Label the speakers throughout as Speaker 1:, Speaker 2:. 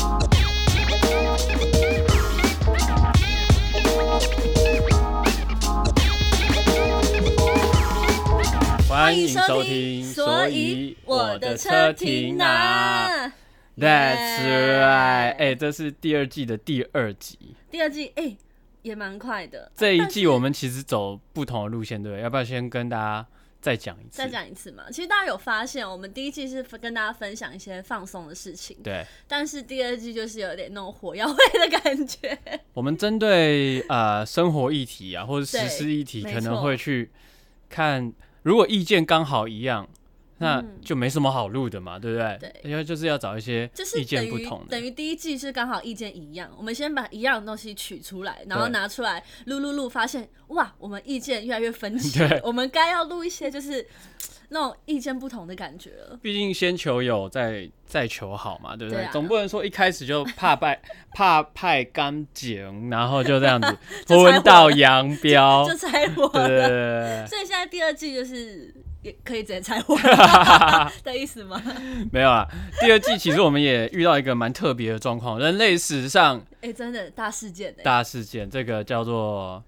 Speaker 1: 欢
Speaker 2: 欢
Speaker 1: 迎
Speaker 2: 迎
Speaker 1: 收
Speaker 2: 收
Speaker 1: 听
Speaker 2: 听，
Speaker 1: 所
Speaker 2: 所
Speaker 1: 以
Speaker 2: 以
Speaker 1: 我
Speaker 2: 我
Speaker 1: 的
Speaker 2: 的
Speaker 1: 车
Speaker 2: 车
Speaker 1: 停
Speaker 2: 停
Speaker 1: 哪
Speaker 2: 哪。
Speaker 1: That's
Speaker 2: Yeah
Speaker 1: right，哎、这是第二季的第二集。
Speaker 2: 第二季哎、也蛮快的，
Speaker 1: 这一
Speaker 2: 但
Speaker 1: 季我们其实走不同的路线，对不对？要不要先跟大家再讲一次？
Speaker 2: 再讲一次嘛。其实大家有发现，我们第一季是跟大家分享一些放松的事情，
Speaker 1: 对，
Speaker 2: 但是第二季就是有点那种火药味的感觉。
Speaker 1: 我们针对呃生活议题啊，或者时
Speaker 2: 对
Speaker 1: 事议题，
Speaker 2: 没
Speaker 1: 可能
Speaker 2: 错
Speaker 1: 会去看，如果意见刚好一样，那就没什么好录的嘛，对不对？
Speaker 2: 嗯对
Speaker 1: 因为就是要找一些
Speaker 2: 就是
Speaker 1: 意
Speaker 2: 等
Speaker 1: 见
Speaker 2: 于
Speaker 1: 不同的
Speaker 2: 等。于第一季是刚好意见一样，我们先把一样的东西取出来，然后
Speaker 1: 对
Speaker 2: 拿出来录录录，发现哇，我们意见越来越 分歧
Speaker 1: 对，
Speaker 2: 我们该要录一些就是那种意见不同的感觉了。
Speaker 1: 毕竟先求有，再再求好嘛，对不对？
Speaker 2: 对啊
Speaker 1: 总不能说一开始就怕 败怕派干井，然后就这样子
Speaker 2: 就拆
Speaker 1: 分
Speaker 2: 伙
Speaker 1: 道扬镳。
Speaker 2: 就拆 火
Speaker 1: 对对对
Speaker 2: 了，
Speaker 1: 对
Speaker 2: 所以现在第二季就是也可以直接拆火 的意思吗？
Speaker 1: 对，没有啊。第二季其实我们也遇到一个蛮特别的状况，人类史上
Speaker 2: 哎、真的大事件哎、
Speaker 1: 大事件，这个叫做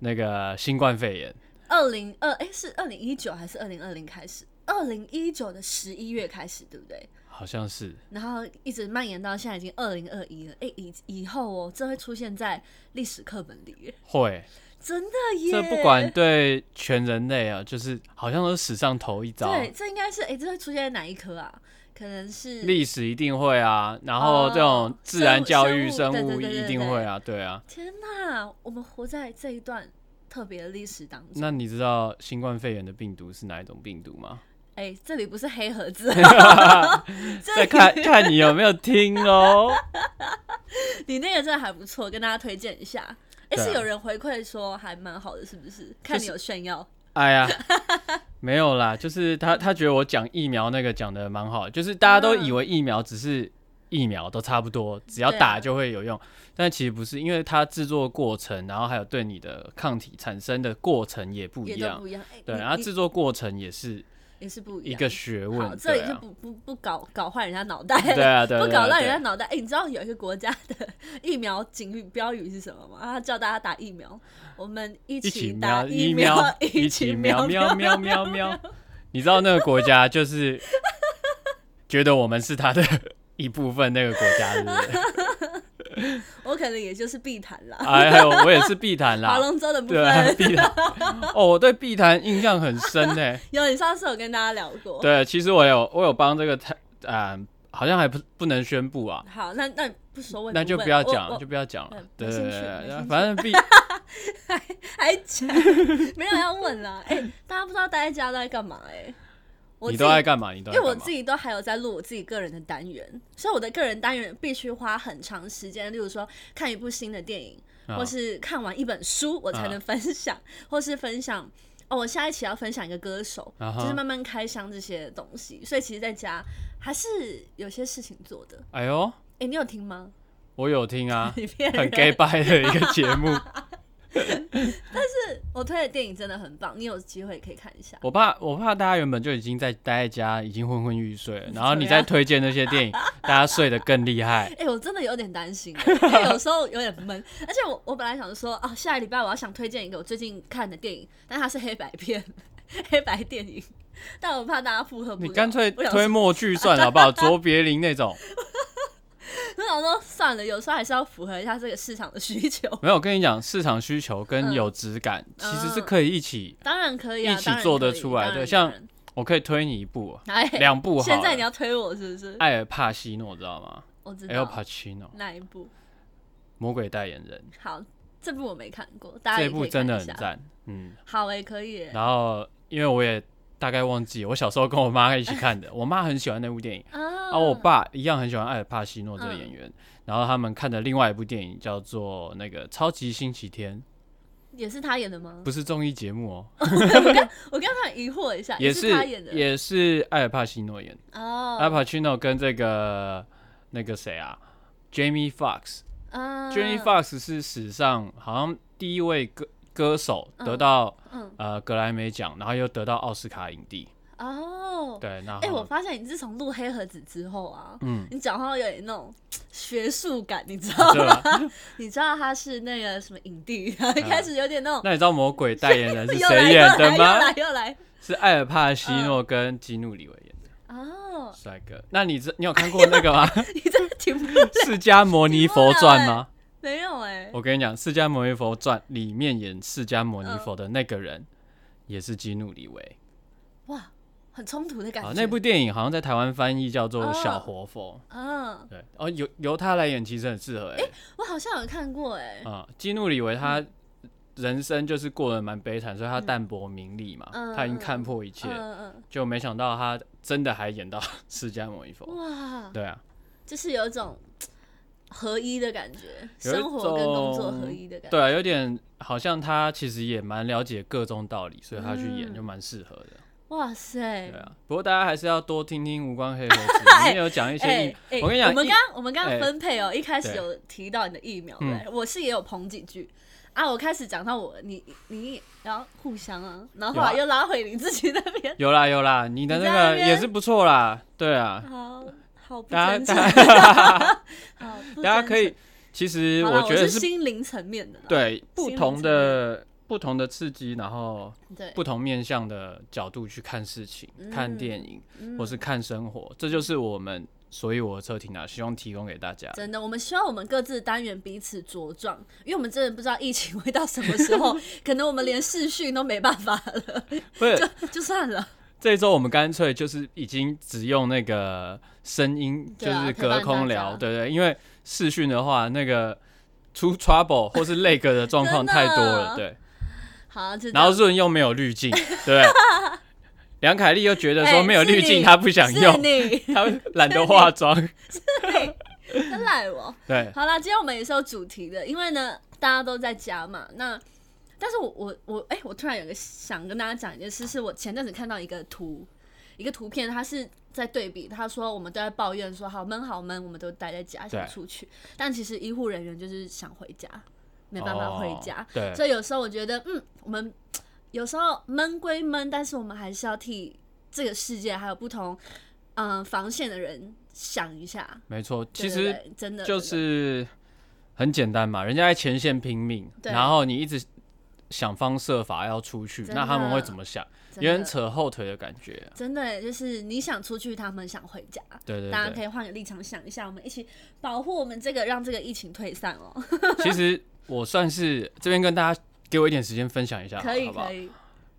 Speaker 1: 那个新冠肺炎。
Speaker 2: 二零二哎是二零一九还是二零二零开始？二零一九的十一月开始，对不对？
Speaker 1: 好像是
Speaker 2: 然后一直蔓延到现在已经二零二一了，哎、以以后哦，这会出现在历史课本里耶，
Speaker 1: 会，
Speaker 2: 真的耶！
Speaker 1: 这不管对全人类啊，就是好像都是史上头一遭。
Speaker 2: 对，这应该是哎、这会出现在哪一科啊？可能是
Speaker 1: 历史一定会啊，然后这种
Speaker 2: 哦
Speaker 1: 自然教育、生
Speaker 2: 生物生物
Speaker 1: 物
Speaker 2: 对对对
Speaker 1: 一定会啊，对啊。
Speaker 2: 天哪，我们活在这一段特别的历史当中。
Speaker 1: 那你知道新冠肺炎的病毒是哪一种病 毒吗？
Speaker 2: 哎、这里不是黑 盒子，
Speaker 1: 再看看你有没有听哦。
Speaker 2: 你那个真的还不错，跟大家推荐一下。哎、
Speaker 1: 对啊
Speaker 2: 是有人回馈说还蛮好的，是不是？看你有炫耀，
Speaker 1: 哎呀，没有啦，就是他他觉得我讲疫苗那个讲的蛮好，就是大家都以为疫苗只是疫苗都差不多，只要
Speaker 2: 嗯对啊
Speaker 1: 打就会有用，但其实不是，因为它制作过程，然后还有对你的抗体产生的过程也不
Speaker 2: 也
Speaker 1: 一
Speaker 2: 都
Speaker 1: 样
Speaker 2: 不。一样。哎，
Speaker 1: 对，
Speaker 2: 你
Speaker 1: 然后
Speaker 2: 你
Speaker 1: 制作过程也是
Speaker 2: 也是不一
Speaker 1: 一
Speaker 2: 样
Speaker 1: 个学
Speaker 2: 好，
Speaker 1: 问，
Speaker 2: 这
Speaker 1: 对
Speaker 2: 里就
Speaker 1: 啊，
Speaker 2: 不 不不搞搞坏人家脑袋，
Speaker 1: 对啊，对啊，
Speaker 2: 不
Speaker 1: 对
Speaker 2: 搞
Speaker 1: 啊
Speaker 2: 乱人家
Speaker 1: 对啊
Speaker 2: 脑袋。哎、你知道有一个国家的疫苗警语标语是什么吗？他叫大家打疫苗，我们一
Speaker 1: 一起
Speaker 2: 起打
Speaker 1: 喵
Speaker 2: 疫
Speaker 1: 一喵，
Speaker 2: 一
Speaker 1: 起
Speaker 2: 起
Speaker 1: 喵喵
Speaker 2: 喵。
Speaker 1: 喵喵喵。你知道那个国家就是觉得我们是他的一部分，那个国家是不是？
Speaker 2: 我可能也就是碧潭啦，
Speaker 1: 哎，还有我也是碧潭
Speaker 2: 划
Speaker 1: 啦，
Speaker 2: 龙舟的部
Speaker 1: 对啊，
Speaker 2: 分。
Speaker 1: 碧潭。哦，我对碧潭印象很深呢、
Speaker 2: 有，你上次有跟大家聊过。
Speaker 1: 对，啊其实我有我有帮这个台，嗯、好像还不不能宣布啊。
Speaker 2: 好，那那不说问，
Speaker 1: 那就
Speaker 2: 问
Speaker 1: 不要
Speaker 2: 我
Speaker 1: 讲了，
Speaker 2: 我
Speaker 1: 就不要讲了。对
Speaker 2: 对
Speaker 1: 对
Speaker 2: 没兴
Speaker 1: 对对
Speaker 2: 趣没兴
Speaker 1: 对，
Speaker 2: 趣
Speaker 1: 反正碧
Speaker 2: 还讲，没有要问 啦。哎、大家不知道待在家都在干嘛、哎，我
Speaker 1: 你
Speaker 2: 自
Speaker 1: 都在
Speaker 2: 己。
Speaker 1: 干嘛？你都
Speaker 2: 因
Speaker 1: 在干
Speaker 2: 为
Speaker 1: 嘛？
Speaker 2: 我自己都还有在录我自己个人的单元，所以我的个人单元必须花很长时间，例如说看一部新的电影，
Speaker 1: 啊
Speaker 2: 或是看完一本书，我才能分享，或是分享哦，我下一期要分享一个歌手，
Speaker 1: 啊哈
Speaker 2: 就是慢慢开箱这些东西。所以其实在家还是有些事情做的。
Speaker 1: 哎呦，
Speaker 2: 哎、你有听吗？，
Speaker 1: 我有听啊
Speaker 2: 你骗人！
Speaker 1: 很 gay 拜的一个节目。
Speaker 2: 我推的电影真的很棒，你有机会可以看一下。
Speaker 1: 我怕我怕大家原本就已经在待在家，已经昏昏欲睡 了，然后你再推荐那些电
Speaker 2: 啊
Speaker 1: 影， 大家睡得更厉 害。
Speaker 2: 哎、我真的有点担心欸，因为有时候有点闷。而且我我本来想说，哦，下个礼拜我要想推荐一个我最近看的电影，但它是黑白片，黑白电影，但我怕大家负荷不了。
Speaker 1: 你干脆
Speaker 2: 我想
Speaker 1: 推
Speaker 2: 说，
Speaker 1: 默剧算了好 不好？卓别林那种，
Speaker 2: 我想说算了，有时候还是要符合一下这个市场的需求。
Speaker 1: 没有。我跟你讲，市场需求跟
Speaker 2: 嗯
Speaker 1: 有质感其实是可以一起。
Speaker 2: 当然可以啊，
Speaker 1: 一起
Speaker 2: 当然
Speaker 1: 做得
Speaker 2: 可以
Speaker 1: 出来
Speaker 2: 当
Speaker 1: 对
Speaker 2: 然
Speaker 1: 像
Speaker 2: 当然
Speaker 1: 我可以推你一部，
Speaker 2: 哎，
Speaker 1: 两部好
Speaker 2: 现在你
Speaker 1: 了。
Speaker 2: 要推我是不是？
Speaker 1: 艾尔帕西诺知道吗
Speaker 2: 我知
Speaker 1: ？El
Speaker 2: 道
Speaker 1: Pacino，
Speaker 2: 哪一部？
Speaker 1: 魔鬼代言人，
Speaker 2: 好，这部我没看过，大家
Speaker 1: 这
Speaker 2: 也可
Speaker 1: 部
Speaker 2: 以
Speaker 1: 真的
Speaker 2: 看
Speaker 1: 很
Speaker 2: 一下。
Speaker 1: 赞。嗯，
Speaker 2: 好哎、可以欸、
Speaker 1: 然后因为我也大概忘记，我小时候跟我妈一起看的，我妈很喜欢那部电影。
Speaker 2: 啊
Speaker 1: 啊，我爸一样很喜欢艾尔帕西诺这个
Speaker 2: 嗯
Speaker 1: 演员，然后他们看的另外一部电影叫做那个《超级星期天
Speaker 2: 也是他演的吗》，？
Speaker 1: 不是综艺节目哦，
Speaker 2: 我刚才疑惑一下，
Speaker 1: 也
Speaker 2: 是他演的
Speaker 1: 也是艾尔帕西诺演，
Speaker 2: 哦
Speaker 1: 艾尔帕西诺跟这个那个谁啊，Jamie Fox，Jamie
Speaker 2: 啊
Speaker 1: Fox 是史上好像第一位歌歌手
Speaker 2: 嗯
Speaker 1: 得到
Speaker 2: 嗯
Speaker 1: 呃格莱美奖，然后又得到奥斯卡影帝，
Speaker 2: 哦，
Speaker 1: 对，那
Speaker 2: 哎、我
Speaker 1: 好
Speaker 2: 发现你自从录黑盒子之后啊，
Speaker 1: 嗯，啊
Speaker 2: 你讲话有点那种学术感，你知道
Speaker 1: 对
Speaker 2: 吗？
Speaker 1: 吧？
Speaker 2: 你知道他是那个什么影帝， 然后一开始有点那种。
Speaker 1: 那你知道魔鬼代言人啊是
Speaker 2: 又来
Speaker 1: 谁
Speaker 2: 又
Speaker 1: 演
Speaker 2: 来
Speaker 1: 的
Speaker 2: 又
Speaker 1: 吗
Speaker 2: 来？嗯又来
Speaker 1: 是艾尔帕西诺跟基努里维演的
Speaker 2: 哦！
Speaker 1: 帅哥。那你知你有看过那个吗？
Speaker 2: 你真的停不了，
Speaker 1: 《释迦牟尼佛传》吗？
Speaker 2: 没有哎、
Speaker 1: 我跟你讲，《释迦牟尼佛传》里面演释迦牟尼佛的那个人，也是基努里维。
Speaker 2: 哇，很冲突的感觉。
Speaker 1: 啊，那部电影好像在台湾翻译叫做
Speaker 2: 哦
Speaker 1: 《小活佛》。
Speaker 2: 嗯，
Speaker 1: 对，哦，由由他来演其实很适合哎、
Speaker 2: 我好像有看过哎、
Speaker 1: 啊、基努里维他
Speaker 2: 嗯
Speaker 1: 人生就是过得蛮悲惨，所以他淡泊名利嘛，
Speaker 2: 嗯
Speaker 1: 他已经看破一切，
Speaker 2: 嗯
Speaker 1: 就没想到他真的还演到释迦牟尼佛。
Speaker 2: 嗯，哇，
Speaker 1: 对啊，
Speaker 2: 就是有一种合一的感觉，
Speaker 1: 有一
Speaker 2: 生活跟工作
Speaker 1: 种
Speaker 2: 合一的感觉。
Speaker 1: 对啊，有点好像他其实也蛮了解各种道理，所以他去演
Speaker 2: 嗯
Speaker 1: 就蛮适合的。
Speaker 2: 哇塞
Speaker 1: 对！啊，不过大家还是要多听听无关黑盒 子，里面有讲一些疫，
Speaker 2: 哎
Speaker 1: 我跟你讲，
Speaker 2: 我们
Speaker 1: 疫
Speaker 2: 刚我们刚刚
Speaker 1: 哎
Speaker 2: 分配哦，一开始
Speaker 1: 对嗯
Speaker 2: 有提到你的疫苗，对，我是也有捧几句啊。我开始讲到我，你你然后互相啊，然后后来
Speaker 1: 有
Speaker 2: 又拉回你自己那边，
Speaker 1: 有啦有啦，你的那
Speaker 2: 你在那
Speaker 1: 个
Speaker 2: 边
Speaker 1: 也是不错啦，对啊，
Speaker 2: 好好不
Speaker 1: 大
Speaker 2: 真诚
Speaker 1: 家， 大家
Speaker 2: 好不真诚
Speaker 1: 大家可以，其实
Speaker 2: 好啦
Speaker 1: 我觉得
Speaker 2: 是
Speaker 1: 是
Speaker 2: 心灵层面的啦，
Speaker 1: 对不
Speaker 2: 心灵
Speaker 1: 同
Speaker 2: 层
Speaker 1: 的不同的刺激，然后
Speaker 2: 对，
Speaker 1: 不同面向的角度去看事情、看电影
Speaker 2: 嗯
Speaker 1: 或是看生活，这就是我们。所以我的车停哪，希望提供给大家。
Speaker 2: 真的，我们希望我们各自的单元彼此茁壮，因为我们真的不知道疫情 会到什么时候，可能我们连视讯都没办法了，
Speaker 1: 不是
Speaker 2: 就算了。
Speaker 1: 这一周我们干脆就是已经只用那个声音，就
Speaker 2: 对啊
Speaker 1: 是
Speaker 2: 陪伴
Speaker 1: 隔空
Speaker 2: 大家
Speaker 1: 聊，对对，因为视讯的话，那个出 trouble 或是累个的状况
Speaker 2: 真的
Speaker 1: 太多了，对。
Speaker 2: 好，就这
Speaker 1: 然后
Speaker 2: 样
Speaker 1: 润又没有滤镜， 对。梁凯丽又觉得说
Speaker 2: 哎
Speaker 1: 没有滤
Speaker 2: 是
Speaker 1: 镜，
Speaker 2: 你
Speaker 1: 她不想
Speaker 2: 是
Speaker 1: 用，
Speaker 2: 你
Speaker 1: 她懒得化妆，
Speaker 2: 他赖我。
Speaker 1: 对。
Speaker 2: 好啦，今天我们也是有主题的，因为呢，大家都在家嘛。那，但是我我我，哎、我突然有个想跟大家讲一件事，是我前阵子看到一个图，一个图片，它是在对比，他说我们都在抱怨说好闷好闷，我们都待在家想
Speaker 1: 对
Speaker 2: 出去，但其实医护人员就是想回家，没办法回家。
Speaker 1: 哦对，
Speaker 2: 所以有时候我觉得，嗯，我们有时候闷归闷，但是我们还是要替这个世界还有不同嗯、呃防线的人想一下。
Speaker 1: 没错，其
Speaker 2: 对
Speaker 1: 实
Speaker 2: 对对真的
Speaker 1: 就
Speaker 2: 真的
Speaker 1: 是很简单嘛，人家在前线拼命，
Speaker 2: 对
Speaker 1: 然后你一直想方设法要出去，
Speaker 2: 真的
Speaker 1: 那他们会怎么想？
Speaker 2: 真
Speaker 1: 有点
Speaker 2: 的
Speaker 1: 扯后腿的感觉。
Speaker 2: 真的耶就是你想出去，他们想回家。
Speaker 1: 对对
Speaker 2: 大 家可
Speaker 1: 对，
Speaker 2: 以换个立场想一下，我们一起保护我们这个，让这个疫情退散哦。
Speaker 1: 其实我算是这边跟大家给我一点时间分享一下，
Speaker 2: 可以
Speaker 1: 好不好
Speaker 2: 可？以，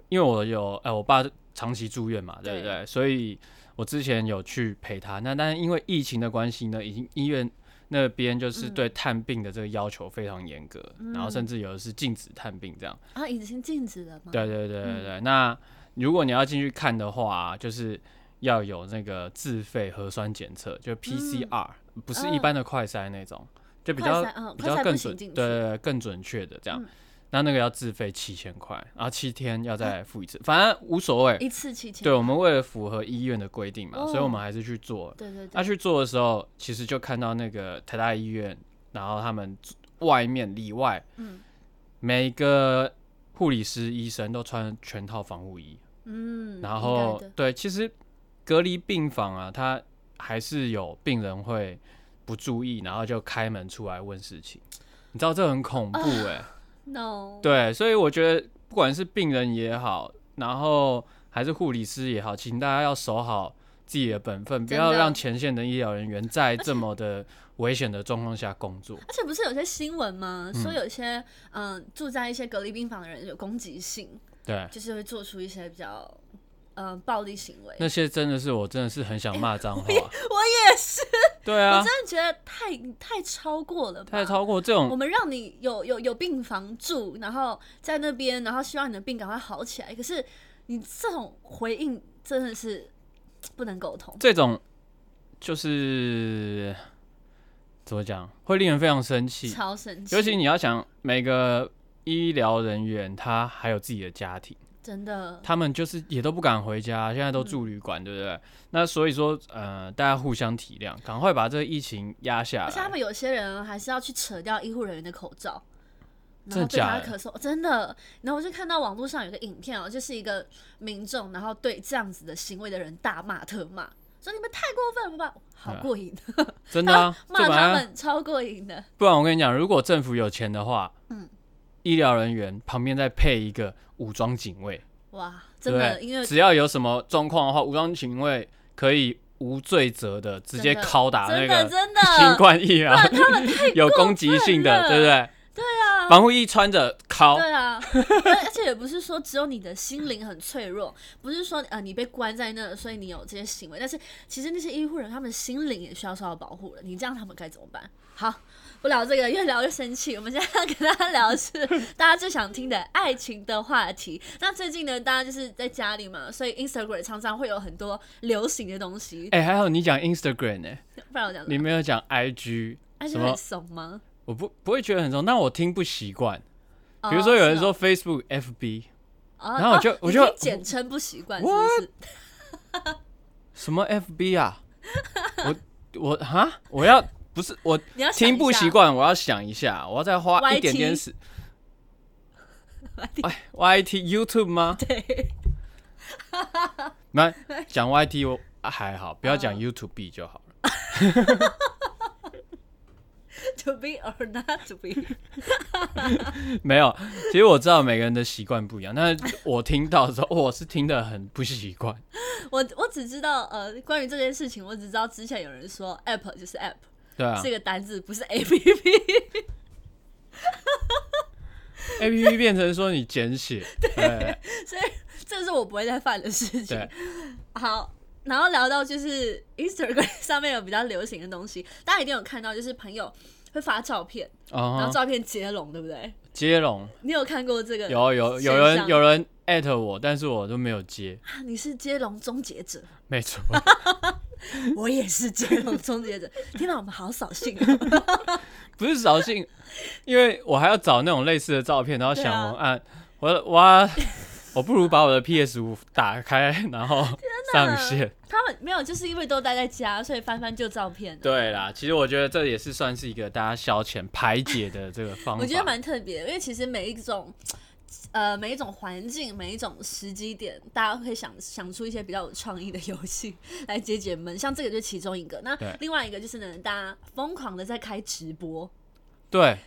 Speaker 1: 因为我有哎、我爸长期住院嘛，对不
Speaker 2: 对
Speaker 1: 对？所以我之前有去陪他，那但是因为疫情的关系呢，已经医院那边
Speaker 2: 嗯
Speaker 1: 就是对探病的这个要求非常严格，然后甚至有的是禁止探病这样。
Speaker 2: 啊，已经禁止了吗？嗯
Speaker 1: 对对对对对。那如果你要进去看的话，就是要有那个自费核酸检测，就
Speaker 2: 嗯
Speaker 1: PCR，、不是一般的快筛那种，就比较、
Speaker 2: 快筛嗯
Speaker 1: 比
Speaker 2: 快
Speaker 1: 较
Speaker 2: 筛
Speaker 1: 更
Speaker 2: 不
Speaker 1: 准，对
Speaker 2: 行进去嗯
Speaker 1: 对对，更准确的这样。那那个要自费七千块，然后七天要再付一次，反正无所谓。
Speaker 2: 啊一次七千。
Speaker 1: 对，我们为了符合医院的规定嘛，
Speaker 2: 哦
Speaker 1: 所以我们还是去做了。
Speaker 2: 对对
Speaker 1: 那、
Speaker 2: 对，
Speaker 1: 去做的时候，其实就看到那个台大医院，然后他们外面里外，
Speaker 2: 嗯
Speaker 1: 每个护理师、医生都穿全套防护衣，
Speaker 2: 嗯，
Speaker 1: 然
Speaker 2: 应
Speaker 1: 后
Speaker 2: 该的
Speaker 1: 对，其实隔离病房啊，它还是有病人会不注意，然后就开门出来问事情，你知道这很恐怖哎、
Speaker 2: 啊 no，
Speaker 1: 对，所以我觉得不管是病人也好，然后还是护理师也好，请大家要守好自己的本分，不
Speaker 2: 真
Speaker 1: 要
Speaker 2: 的
Speaker 1: 让前线的医疗人员在这么的危险的状况下工作。
Speaker 2: 而且不是有些新闻吗？说有一些嗯、住在一些隔离病房的人有攻击性，
Speaker 1: 对，
Speaker 2: 就是会做出一些比较嗯、呃暴力行为。
Speaker 1: 那些真的是我真的是很
Speaker 2: 哎
Speaker 1: 想骂脏话。
Speaker 2: 我也是，
Speaker 1: 对
Speaker 2: 我
Speaker 1: 啊，
Speaker 2: 真的觉得太太超过了吧，
Speaker 1: 太超过这
Speaker 2: 我
Speaker 1: 种，
Speaker 2: 们让你有有有病房住，然后在那边，然后希望你的病赶快好起来。可是你这种回应真的是不能沟通，
Speaker 1: 这种就是怎么讲，会令人非常生气。
Speaker 2: 超神奇，
Speaker 1: 尤其你要想，每个医疗人员他还有自己的家庭。
Speaker 2: 真的
Speaker 1: 他们就是也都不敢回家，现在都住旅馆，对不
Speaker 2: 嗯
Speaker 1: 对？那所以说，呃，大家互相体谅，赶快把这个疫情压下
Speaker 2: 而且他
Speaker 1: 来。
Speaker 2: 们有些人还是要去扯掉医护人员的口罩，然
Speaker 1: 真
Speaker 2: 后对
Speaker 1: 的
Speaker 2: 他
Speaker 1: 假的
Speaker 2: 咳嗽，真的。然后我就看到网络上有个影片哦、就是一个民众，然后对这样子的行为的人大骂特骂，说你们太过分了吧，好过瘾，，
Speaker 1: 真的啊
Speaker 2: 骂
Speaker 1: 就把
Speaker 2: 他
Speaker 1: 它
Speaker 2: 们超过瘾的。
Speaker 1: 不然我跟你讲，如果政府有钱的话，
Speaker 2: 嗯
Speaker 1: 医疗人员旁边再配一个武装警卫，
Speaker 2: 哇，
Speaker 1: 对
Speaker 2: 真
Speaker 1: 不
Speaker 2: 的，
Speaker 1: 对？
Speaker 2: 因为
Speaker 1: 只要有什么状况的话，武装警卫可以无罪责的直接
Speaker 2: 真的
Speaker 1: 拷打那
Speaker 2: 真的
Speaker 1: 个
Speaker 2: 真
Speaker 1: 新
Speaker 2: 的，
Speaker 1: 冠疫苗，有攻击性的，
Speaker 2: 了
Speaker 1: 对不对？
Speaker 2: 对啊，
Speaker 1: 防护衣穿着拷，
Speaker 2: 对啊，而而且也不是说只有你的心灵很脆弱，不是说呃你被关在那，所以你有这些行为，但是其实那些医护人他们心灵也需要受到保护了。你这样他们该怎么办？好，不聊这个，越聊越生气。我们现在要跟大家聊的是大家最想听的爱情的话题。那最近呢，大家就是在家里嘛，所以 Instagram 常常会有很多流行的东西。
Speaker 1: 哎、还好你讲 Instagram 呢、
Speaker 2: 不然我讲什
Speaker 1: 你
Speaker 2: 么，
Speaker 1: 没有讲 IG，
Speaker 2: 而且
Speaker 1: 什么
Speaker 2: 很怂吗？
Speaker 1: 我不不会觉得很重，但我听不习惯。比如说有人说 Facebook、FB，
Speaker 2: 哦，然
Speaker 1: 然后我就我就
Speaker 2: 简称不习惯，是不是？
Speaker 1: 什么 FB 啊？我我哈，我要不是我
Speaker 2: 你要想一
Speaker 1: 听不
Speaker 2: 下
Speaker 1: 习惯，我要想一下，我要再花
Speaker 2: YT
Speaker 1: 一点点时。 哎，YT YouTube 吗？对。那讲 YT 我啊还好，不要讲
Speaker 2: 嗯
Speaker 1: YouTube 就好了。
Speaker 2: to be or not to be。
Speaker 1: 没有，其实我知道每个人的习惯不一样，但是我听到的时候，哦我是听得很不习惯。
Speaker 2: 我我只知道呃，关于这件事情，我只知道之前有人说 app 就是 app、
Speaker 1: 对啊
Speaker 2: 这个单字，不是 A P P。
Speaker 1: ，A P P 变成说你简 写，对
Speaker 2: 这是我不会再犯的事情
Speaker 1: 对。，
Speaker 2: 好，然后聊到就是 Instagram 上面有比较流行的东西，大家一定有看到，就是朋友会发照片，然
Speaker 1: 啊
Speaker 2: 后，照片接龙，对不对？
Speaker 1: 接龙
Speaker 2: 你有看过这个？
Speaker 1: 有有有
Speaker 2: 现象
Speaker 1: 人有人艾特我，但是我都没有接，
Speaker 2: 啊，你是接龙终结者，
Speaker 1: 没错。
Speaker 2: 我也是接龙终结者。 天哪，我们好扫兴、哦。
Speaker 1: 不是扫兴，因为我还要找那种类似的照片，然后
Speaker 2: 对啊
Speaker 1: 想文案，我我我不如把我的 PS 五打开，然后上线。
Speaker 2: 他们没有，就是因为都待在家，所以翻翻旧照片、啊。
Speaker 1: 对啦，其实我觉得这也是算是一个大家消遣排解的这个方法。
Speaker 2: 我觉得蛮特别的，因为其实每一种。呃，每一种环境，每一种时机点，大家会想想出一些比较有创意的游戏来解解闷。像这个就是其中一个，那
Speaker 1: 对
Speaker 2: 另外一个就是呢，大家疯狂的在开直播，
Speaker 1: 对，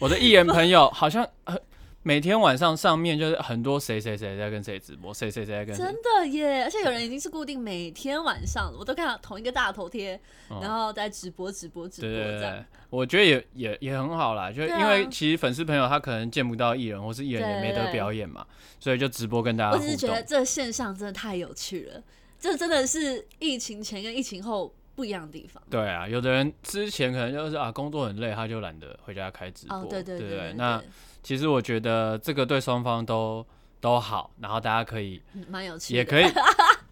Speaker 1: 我的艺人朋友好像、呃、每天晚上上面就是很多谁谁谁在跟谁直播，谁谁谁在跟谁
Speaker 2: 真的耶！而且有人已经是固定每天晚上，我都看到同一个大头贴，然后在直播、直播、直播
Speaker 1: 哦对对
Speaker 2: 这样
Speaker 1: 对。，我觉得也也也很好啦，就
Speaker 2: 对啊
Speaker 1: 因为其实粉丝朋友他可能见不到艺人，或是艺人也
Speaker 2: 对
Speaker 1: 没
Speaker 2: 对
Speaker 1: 得
Speaker 2: 对
Speaker 1: 表演嘛，所以就直播跟大家
Speaker 2: 我
Speaker 1: 互
Speaker 2: 只是觉得
Speaker 1: 动。
Speaker 2: 这个现象真的太有趣了，这真的是疫情前跟疫情后不一样的地方。
Speaker 1: 对啊，有的人之前可能就是啊工作很累，他就懒得回家开直播，
Speaker 2: 哦，对
Speaker 1: 对
Speaker 2: 对
Speaker 1: 不
Speaker 2: 对，
Speaker 1: 那其实我觉得这个对双方都都好，然后大家可以
Speaker 2: 嗯蛮有趣的，
Speaker 1: 也可以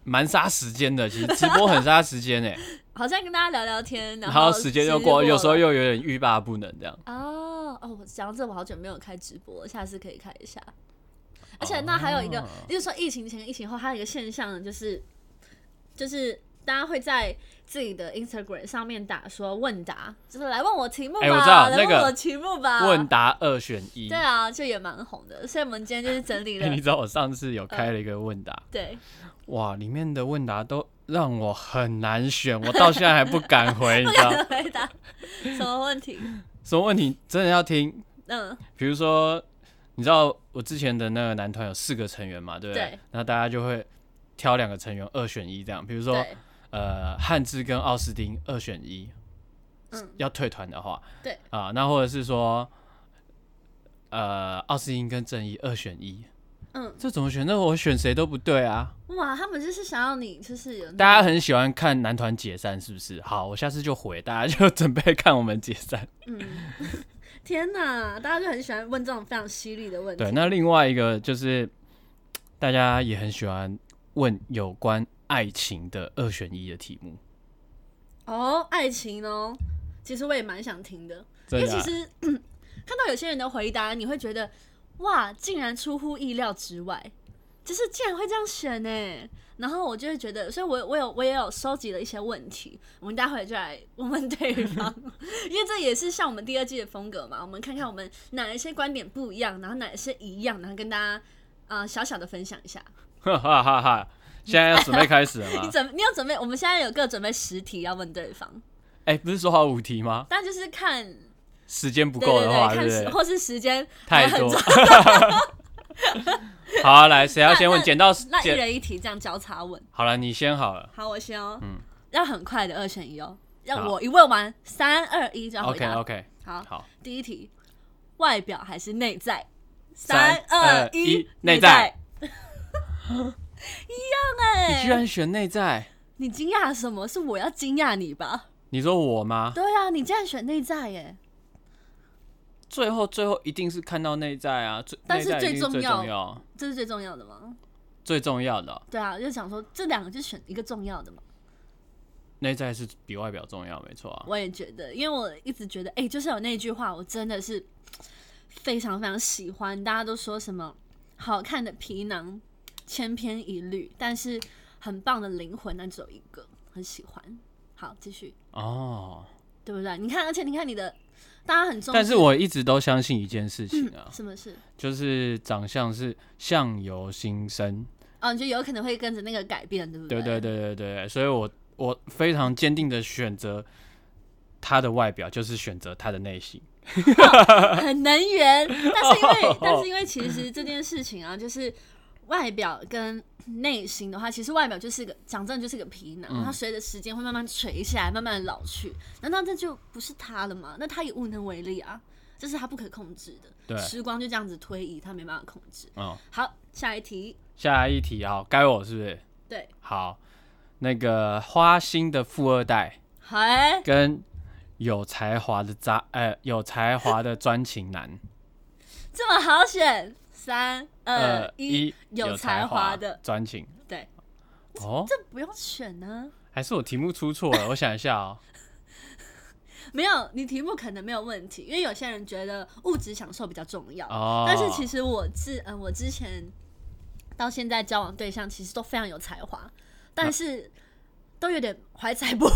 Speaker 1: 蛮杀时间的， 其实直播很杀时间诶、欸
Speaker 2: 好像跟大家聊聊天，
Speaker 1: 然
Speaker 2: 后
Speaker 1: 后时间
Speaker 2: 就
Speaker 1: 又过，
Speaker 2: 了
Speaker 1: 有时候又有点欲罢不能这样。
Speaker 2: 哦哦，我讲到这，我好久没有开直播了，下次可以开一下。而且那还有一个，
Speaker 1: 哦
Speaker 2: 就是说疫情前、疫情后，还有一个现象就是，就是大家会在自己的 Instagram 上面打说问答，就是来问我题目吧，
Speaker 1: 哎我知道
Speaker 2: 来
Speaker 1: 那
Speaker 2: 问
Speaker 1: 个
Speaker 2: 我题目吧。
Speaker 1: 问答二选一，
Speaker 2: 啊对啊，就也蛮红的，所以我们今天就是整理 了
Speaker 1: 哎，你知道我上次有开了一个问答，
Speaker 2: 对。嗯
Speaker 1: 哇，里面的问答都让我很难选，我到现在还不敢回，你知 道
Speaker 2: 回答什么问题？
Speaker 1: 什么问题真的要听？
Speaker 2: 嗯，
Speaker 1: 比如说，你知道我之前的那个男团有四个成员嘛，对不
Speaker 2: 对
Speaker 1: 对？那大家就会挑两个成员二选一这样，比如说
Speaker 2: 对，
Speaker 1: 呃汉字跟奥斯汀二选一，
Speaker 2: 嗯
Speaker 1: 要退团的话，
Speaker 2: 对
Speaker 1: 啊、那或者是说。呃，奥斯汀跟正义二选一，
Speaker 2: 嗯，
Speaker 1: 这怎么选？那我选谁都不对啊！
Speaker 2: 哇，他们就是想要你，就是有那
Speaker 1: 大家很喜欢看男团解散，是不是？好，我下次就回，大家就准备看我们解散。
Speaker 2: 嗯 天呐，大家就很喜欢问这种非常犀利的问题。
Speaker 1: 对，那另外一个就是大家也很喜欢问有关爱情的二选一的题目，
Speaker 2: 哦，爱情哦，其实我也蛮想听的，因
Speaker 1: 真
Speaker 2: 为
Speaker 1: 的
Speaker 2: 其
Speaker 1: 啊、
Speaker 2: 实 看到有些人的回答，你会觉得哇，竟然出乎意料之外。就是竟然会这样选呢、然后我就会觉得，所以我我有我也有收集了一些问题，我们待会就来问问对方， 因为这也是像我们第二季的风格嘛，我们看看我们哪一些观点不一样，然后哪一些一样，然后跟大家啊、呃小小的分享一下。
Speaker 1: 哈哈哈哈！现在要准备开始 了
Speaker 2: 你
Speaker 1: 吗？
Speaker 2: 准你有准备？我们现在有各准备十题要问对方，
Speaker 1: 哎、不是说好五题吗？
Speaker 2: 但就是看
Speaker 1: 时间不
Speaker 2: 对
Speaker 1: 够
Speaker 2: 对
Speaker 1: 的话，
Speaker 2: 对，
Speaker 1: 对
Speaker 2: 看
Speaker 1: 不
Speaker 2: 时
Speaker 1: 对？
Speaker 2: 或是时间还
Speaker 1: 太
Speaker 2: 很
Speaker 1: 多
Speaker 2: 重。
Speaker 1: 好、啊，来，谁要先问？
Speaker 2: 那
Speaker 1: 剪到
Speaker 2: 那一
Speaker 1: 剪，
Speaker 2: 人一题这样交叉问。
Speaker 1: 好了，你先好了。
Speaker 2: 好，我先哦，
Speaker 1: 嗯
Speaker 2: 要很快的二选一哦，让
Speaker 1: 好
Speaker 2: 我一问完三二一就要回
Speaker 1: OK
Speaker 2: 答。
Speaker 1: OK，
Speaker 2: 好，
Speaker 1: 好，
Speaker 2: 第一题，外表还是内在？
Speaker 1: 三
Speaker 2: 二
Speaker 1: 二一内
Speaker 2: 内
Speaker 1: 在。
Speaker 2: 哎、
Speaker 1: 你居然选内在？
Speaker 2: 你惊讶什么？是我要惊讶你吧？
Speaker 1: 你说我吗？
Speaker 2: 对啊，你竟然选内在耶！
Speaker 1: 最后最后一定是看到内在啊，最
Speaker 2: 但是
Speaker 1: 内在一定
Speaker 2: 最
Speaker 1: 最
Speaker 2: 重要
Speaker 1: 重要
Speaker 2: 这是最重要的吗？
Speaker 1: 最重要的哦
Speaker 2: 对啊，就想说这两个就选一个重要的嘛。
Speaker 1: 内在是比外表重要，没错啊。
Speaker 2: 我也觉得，因为我一直觉得，哎、就是有那句话，我真的是非常非常喜欢。大家都说什么好看的皮囊千篇一律，但是很棒的灵魂那只有一个，很喜欢。好，继续，
Speaker 1: 哦，
Speaker 2: 对不对？你看，而且你看你的，大家很重视，
Speaker 1: 但是我一直都相信一件事情啊，
Speaker 2: 什么事？
Speaker 1: 就是长相是相由心生。
Speaker 2: 哦，你就有可能会跟着那个改变，对不
Speaker 1: 对对
Speaker 2: 对
Speaker 1: 对
Speaker 2: 对，
Speaker 1: 对对，所以我我非常坚定的选择他的外表，就是选择他的内心。
Speaker 2: 很能源。但是因 为，但是因为其实这件事情啊，就是外表跟内心的话，其实外表就是个讲真的就是个皮囊，
Speaker 1: 嗯
Speaker 2: 它随着时间会慢慢垂下来，慢慢地老去。难道这就不是他了吗？那他也无能为力啊，这是他不可控制的。
Speaker 1: 对
Speaker 2: 时光就这样子推移，他没办法控制。
Speaker 1: 嗯，
Speaker 2: 好，下一题，
Speaker 1: 下一题啊，该我是不是？
Speaker 2: 对，
Speaker 1: 好，那个花心的富二代
Speaker 2: 嗨，
Speaker 1: 跟有才华的渣呃有才华的专情男，
Speaker 2: 这么好选，三二
Speaker 1: 呃
Speaker 2: 一，
Speaker 1: 一
Speaker 2: 有才
Speaker 1: 才
Speaker 2: 华的
Speaker 1: 专情
Speaker 2: 对，
Speaker 1: 哦，
Speaker 2: 这不用选呢、
Speaker 1: 还是我题目出错了， 我想一下哦。
Speaker 2: 没有，你题目可能没有问题，因为有些人觉得物质享受比较重要。
Speaker 1: 哦，
Speaker 2: 但是其实我自嗯、我之前到现在交往对象其实都非常有才华，但是都有点怀才不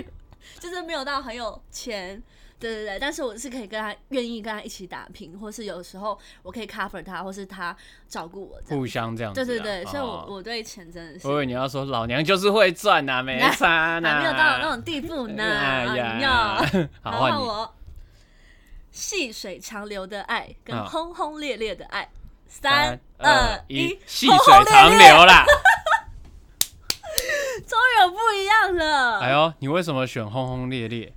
Speaker 2: 遇， 就是没有到很有钱。对对对，但是我是可以跟他愿意跟他一起打拼，或是有时候我可以 cover 他，或是他照顾我这样。
Speaker 1: 互相这样子
Speaker 2: 对
Speaker 1: 啊，
Speaker 2: 对对，所以我
Speaker 1: 哦
Speaker 2: 我对钱真的是
Speaker 1: 我以为你要说老娘就是会赚 呐、没差呐、
Speaker 2: 还没有到那种啊地步 呢。
Speaker 1: 哎呀
Speaker 2: 你要。
Speaker 1: 好
Speaker 2: 然
Speaker 1: 换
Speaker 2: 后
Speaker 1: 你，
Speaker 2: 我细水长流的爱跟
Speaker 1: 啊
Speaker 2: 轰轰烈烈的爱，
Speaker 1: 三
Speaker 2: 三
Speaker 1: 二
Speaker 2: 二
Speaker 1: 一
Speaker 2: 一，，
Speaker 1: 细
Speaker 2: 轰轰
Speaker 1: 水长
Speaker 2: 烈烈，
Speaker 1: 流 啦！
Speaker 2: 终于有不一样了。
Speaker 1: 哎呦，你为什么选轰轰烈烈？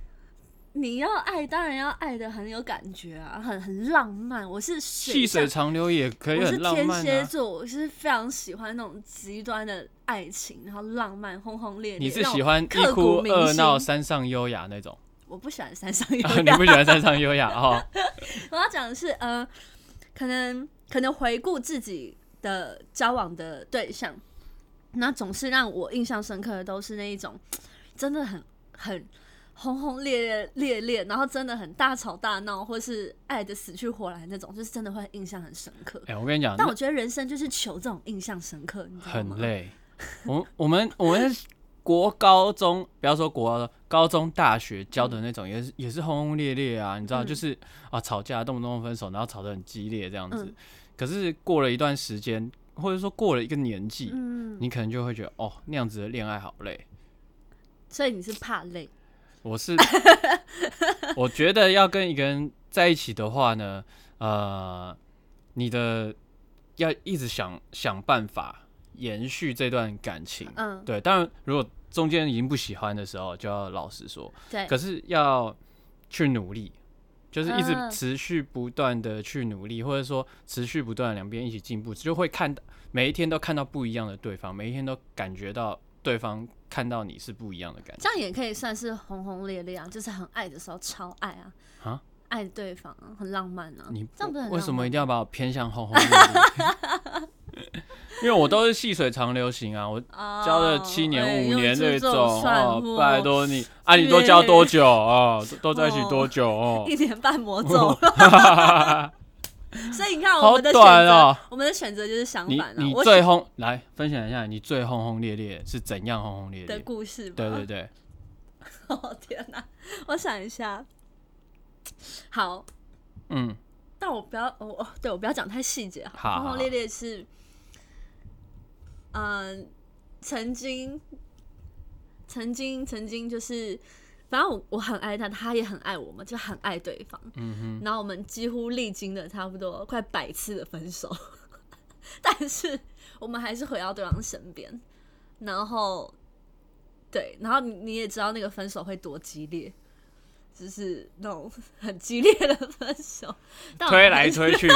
Speaker 2: 你要爱，当然要爱的很有感觉啊，很很浪漫。我是
Speaker 1: 细水
Speaker 2: 象
Speaker 1: 长流也可以
Speaker 2: 我是
Speaker 1: 很浪
Speaker 2: 天
Speaker 1: 漫
Speaker 2: 蝎
Speaker 1: 啊。
Speaker 2: 座，我是非常喜欢那种极端的爱情，然后浪漫、轰轰烈烈。
Speaker 1: 你是
Speaker 2: 让我
Speaker 1: 喜欢一
Speaker 2: 刻
Speaker 1: 哭
Speaker 2: 骨铭
Speaker 1: 二
Speaker 2: 心
Speaker 1: 闹三啊上优雅那 种？
Speaker 2: 我不喜欢山上有
Speaker 1: 你不喜欢三上优雅哦？
Speaker 2: 我要讲的是，呃，可能可能回顾自己的交往的对象，那总是让我印象深刻的都是那一种，真的很很轰轰烈烈烈烈，然后真的很大吵大闹，或是爱的死去活来那种，就是真的会印象很深刻。
Speaker 1: 哎、我跟你讲，
Speaker 2: 但我觉得人生就是求这种印象深刻，你知道吗？
Speaker 1: 很累。 我我们我们国高中，不要说国高中高中、大学教的那种，也是也是轰轰烈烈啊，你知道，
Speaker 2: 嗯
Speaker 1: 就是啊吵架，动不动分手，然后吵得很激烈这样子
Speaker 2: 嗯。
Speaker 1: 可是过了一段时间，或者说过了一个年纪，
Speaker 2: 嗯，
Speaker 1: 你可能就会觉得哦，那样子的恋爱好累。
Speaker 2: 所以你是怕累，
Speaker 1: 我 是我觉得要跟一个人在一起的话呢，呃，你的要一直想想办法延续这段感情。
Speaker 2: 嗯，
Speaker 1: 对，当然如果中间已经不喜欢的时候，就要老实说，
Speaker 2: 对，
Speaker 1: 可是要去努力，就是一直
Speaker 2: 嗯
Speaker 1: 持续不断的去努力，或者说持续不断地两边一起进步，就会看到每一天都看到不一样的对方，每一天都感觉到对方看到你是不一样的感觉。
Speaker 2: 这样也可以算是轰轰烈烈啊，就是很爱的时候超爱啊，
Speaker 1: 啊
Speaker 2: 爱对方啊，很浪漫啊。
Speaker 1: 你
Speaker 2: 这样不是很
Speaker 1: 为
Speaker 2: 浪
Speaker 1: 什么
Speaker 2: 漫
Speaker 1: 一定要把我偏向轰轰烈烈？ 因为我都是细水长流型啊，我
Speaker 2: 哦
Speaker 1: 教了七年五年
Speaker 2: 这
Speaker 1: 种
Speaker 2: 算
Speaker 1: 哦，
Speaker 2: 我
Speaker 1: 拜 托你啊，你都教多久哦？都都在一起
Speaker 2: 哦 啊
Speaker 1: 多久哦？
Speaker 2: 一年半魔咒， 所以你看我
Speaker 1: 好
Speaker 2: 们的选择，
Speaker 1: 短哦
Speaker 2: 我们的选择就是相
Speaker 1: 你
Speaker 2: 反了。
Speaker 1: 你
Speaker 2: 我
Speaker 1: 最轰来分享一下你最轰轰烈烈是怎样轰轰烈
Speaker 2: 的
Speaker 1: 烈？
Speaker 2: 故事吧。
Speaker 1: 对对对，
Speaker 2: 哦天哪、我想一下。好，
Speaker 1: 嗯，
Speaker 2: 但我不要，我、哦、对我不要讲太细节
Speaker 1: 好
Speaker 2: 哈。
Speaker 1: 好
Speaker 2: 轰轰烈烈是，嗯、曾经，曾经，曾经就是，反正我我很爱他，他也很爱我嘛，就很爱对方。嗯哼。然后我们几乎历经了差不多快百次的分手， 但是我们还是回到对方身边。然后，对，然后你你也知道那个分手会多激烈。就是那种很激烈的分手，但我
Speaker 1: 推
Speaker 2: 们还
Speaker 1: 来
Speaker 2: 是
Speaker 1: 推 去，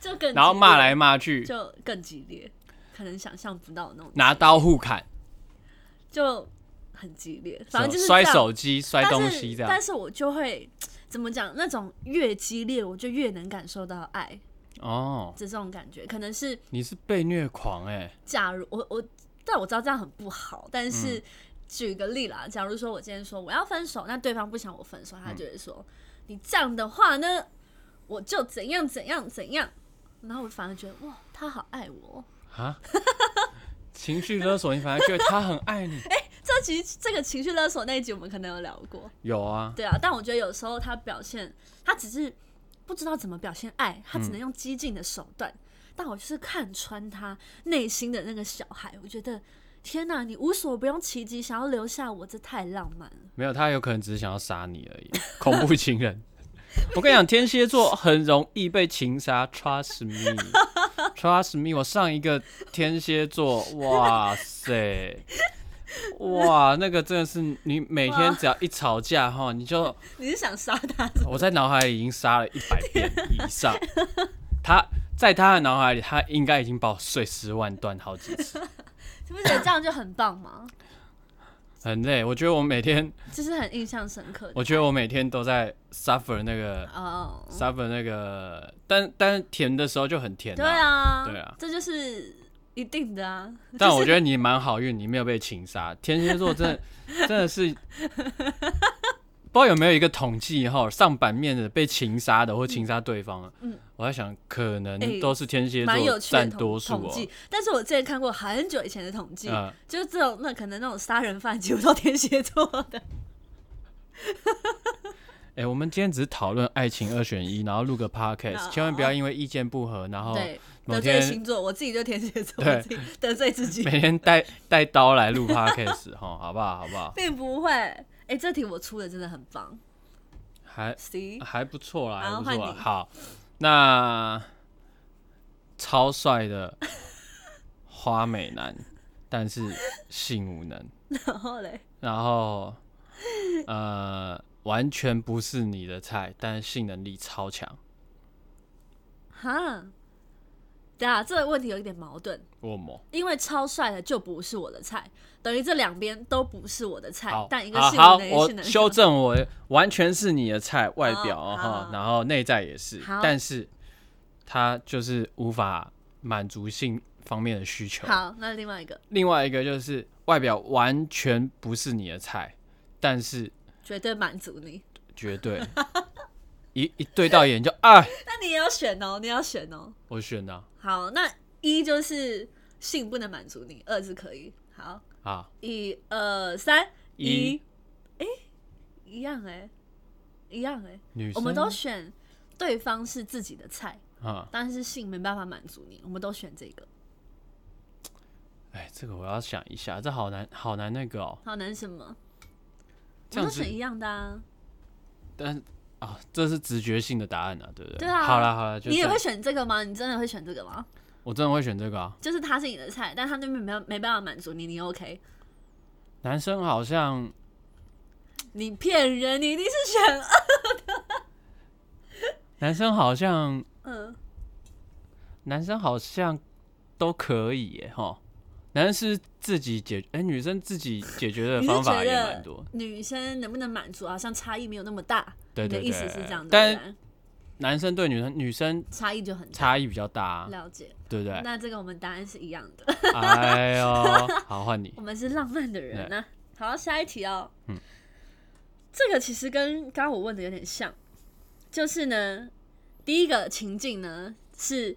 Speaker 2: 就更
Speaker 1: 然后
Speaker 2: 激
Speaker 1: 骂
Speaker 2: 烈
Speaker 1: 来骂去，
Speaker 2: 就更激烈，可能想象不到那种，
Speaker 1: 拿刀互砍，
Speaker 2: 就很激烈，反正就是
Speaker 1: 摔
Speaker 2: 这样
Speaker 1: 手机、摔东西这
Speaker 2: 但是
Speaker 1: 样
Speaker 2: 但。是我就会怎么讲，那种越激烈，我就越能感受到爱，
Speaker 1: 哦，
Speaker 2: 这种感觉可能是
Speaker 1: 你是被虐狂哎、
Speaker 2: 假如我我，但我知道这样很不好，但是、
Speaker 1: 嗯
Speaker 2: 举个例啦，假如说我今天说我要分手，那对方不想我分手，他就会说、
Speaker 1: 嗯
Speaker 2: 你这样的话呢，我就怎样怎样怎样，然后我反而觉得哇，他好爱我哦。
Speaker 1: 啊！ 情绪勒索，你反而觉得他很爱 你。
Speaker 2: 这其实这个情绪勒索那一集我们可能有聊过，
Speaker 1: 有啊，
Speaker 2: 对啊，但我觉得有时候他表现，他只是不知道怎么表现爱，他只能用激进的手段。但我就是看穿他内心的那个小孩，我觉得天哪，你无所不用其极，想要留下我，这太浪漫了。
Speaker 1: 没有他有可能只是想要杀你而已， 恐怖情人。 我跟你讲，天蝎座很容易被情杀，trust me，trust me。我上一个天蝎座，哇塞，哇，那个真的是你每天只要一吵架哈，你就
Speaker 2: 你是想杀他？
Speaker 1: 我在脑海里已经杀了一百遍以上。他在他的脑海里，他应该已经把我碎尸万段好几次，
Speaker 2: 你不觉得这样就很棒吗？
Speaker 1: 很累。我觉得我每天
Speaker 2: 就是很印象深 刻的。
Speaker 1: 我觉得我每天都在 suffer 那个
Speaker 2: 哦，
Speaker 1: suffer 那个，但但甜的时候就很甜、
Speaker 2: 对，啊，
Speaker 1: 对啊
Speaker 2: 这就是一定的啊。
Speaker 1: 但我觉得你蛮好运，你没有被情杀。天蝎座真的真的是，不知道有没有一个统计哈，上版面的被情杀的或情杀对方啊。
Speaker 2: 嗯
Speaker 1: 我在想，可能
Speaker 2: 哎
Speaker 1: 都是天蝎
Speaker 2: 蛮
Speaker 1: 座
Speaker 2: 有趣的
Speaker 1: 占
Speaker 2: 统
Speaker 1: 多数
Speaker 2: 统
Speaker 1: 哦、
Speaker 2: 计，但是我之前看过很久以前的统计，
Speaker 1: 嗯
Speaker 2: 就是这种那可能那种杀人犯几乎都天蝎座的，
Speaker 1: 哎、我们今天只是讨论爱情二选一，然后录个 podcast，
Speaker 2: 哦
Speaker 1: 千万不要因为意见不合，然后
Speaker 2: 对，
Speaker 1: 哦某
Speaker 2: 得罪
Speaker 1: 天
Speaker 2: 星座，我自己就天蝎座，
Speaker 1: 对
Speaker 2: 我自己 得罪自己，
Speaker 1: 每天带带刀来录 podcast 哈，好不好？好不好？
Speaker 2: 并不会。哎、这题我出的真的很棒
Speaker 1: 还
Speaker 2: ，C，
Speaker 1: 还不错啦，
Speaker 2: 好
Speaker 1: 还不错
Speaker 2: 换
Speaker 1: 啦。
Speaker 2: 你
Speaker 1: 好，那超帅的花美男，但是性无能，
Speaker 2: 然后嘞，
Speaker 1: 然后呃，完全不是你的菜，但是性能力超强。
Speaker 2: 哈，对啊，这个问题有一点矛盾，
Speaker 1: 我么？
Speaker 2: 因为超帅的就不是我的菜，等于这两边都不是我的菜
Speaker 1: 好，，
Speaker 2: 但一个
Speaker 1: 好
Speaker 2: 是
Speaker 1: 好，
Speaker 2: 我的，一个是
Speaker 1: 我
Speaker 2: 能
Speaker 1: 修正我，完全是你的菜，外表
Speaker 2: 哦
Speaker 1: 哦
Speaker 2: 好
Speaker 1: 哈
Speaker 2: 好，
Speaker 1: 然后内在也是
Speaker 2: 好，
Speaker 1: 但是他就是无法满足性方面的需求。
Speaker 2: 好，那另外一个
Speaker 1: 另外一个就是外表完全不是你的菜，但是
Speaker 2: 绝对满足你，
Speaker 1: 绝对一一对到眼就啊，
Speaker 2: 那你也要选哦，你也要选哦。
Speaker 1: 我选的啊
Speaker 2: 好，那一就是性不能满足你，二是可以。好，
Speaker 1: 啊，
Speaker 2: 一二三，
Speaker 1: 一
Speaker 2: 一，哎、一样哎、一样哎、
Speaker 1: 女生
Speaker 2: 我们都选对方是自己的菜，
Speaker 1: 啊，
Speaker 2: 但是性没办法满足你，我们都选这个，
Speaker 1: 哎，这个我要想一下，这好难好难那个哦，
Speaker 2: 好难什么？我
Speaker 1: 这样
Speaker 2: 们都
Speaker 1: 子
Speaker 2: 选，一样的啊，
Speaker 1: 但是啊，这是直觉性的答案啊，对不对？
Speaker 2: 对啊
Speaker 1: 好啦好啦，就
Speaker 2: 你也
Speaker 1: 这样
Speaker 2: 会选这个吗？你真的会选这个吗？
Speaker 1: 我真的会选这个啊，
Speaker 2: 就是他是你的菜，但他那边没有没办法满足你，你 OK？
Speaker 1: 男生好像
Speaker 2: 你骗人，你一定是选 二，
Speaker 1: 男生好像
Speaker 2: 嗯，
Speaker 1: 男生好像都可以耶哈。男生是自己解，哎、女生自己解决的
Speaker 2: 你
Speaker 1: 方
Speaker 2: 是
Speaker 1: 法
Speaker 2: 觉
Speaker 1: 也蛮多
Speaker 2: 得。女生能不能满足好像差异没有那么大？
Speaker 1: 对对
Speaker 2: 你的意思是
Speaker 1: 对
Speaker 2: 这样，
Speaker 1: 但
Speaker 2: 对不对
Speaker 1: 男生对女生，女生
Speaker 2: 差异就很大。
Speaker 1: 差异比较大、啊，
Speaker 2: 了解，
Speaker 1: 对不对？
Speaker 2: 那这个我们答案是一样的，
Speaker 1: 哎呦，好换 你
Speaker 2: 我们是浪漫的人呢、好，下一题哦。嗯，这个其实跟刚刚我问的有点像，就是呢，第一个情境呢是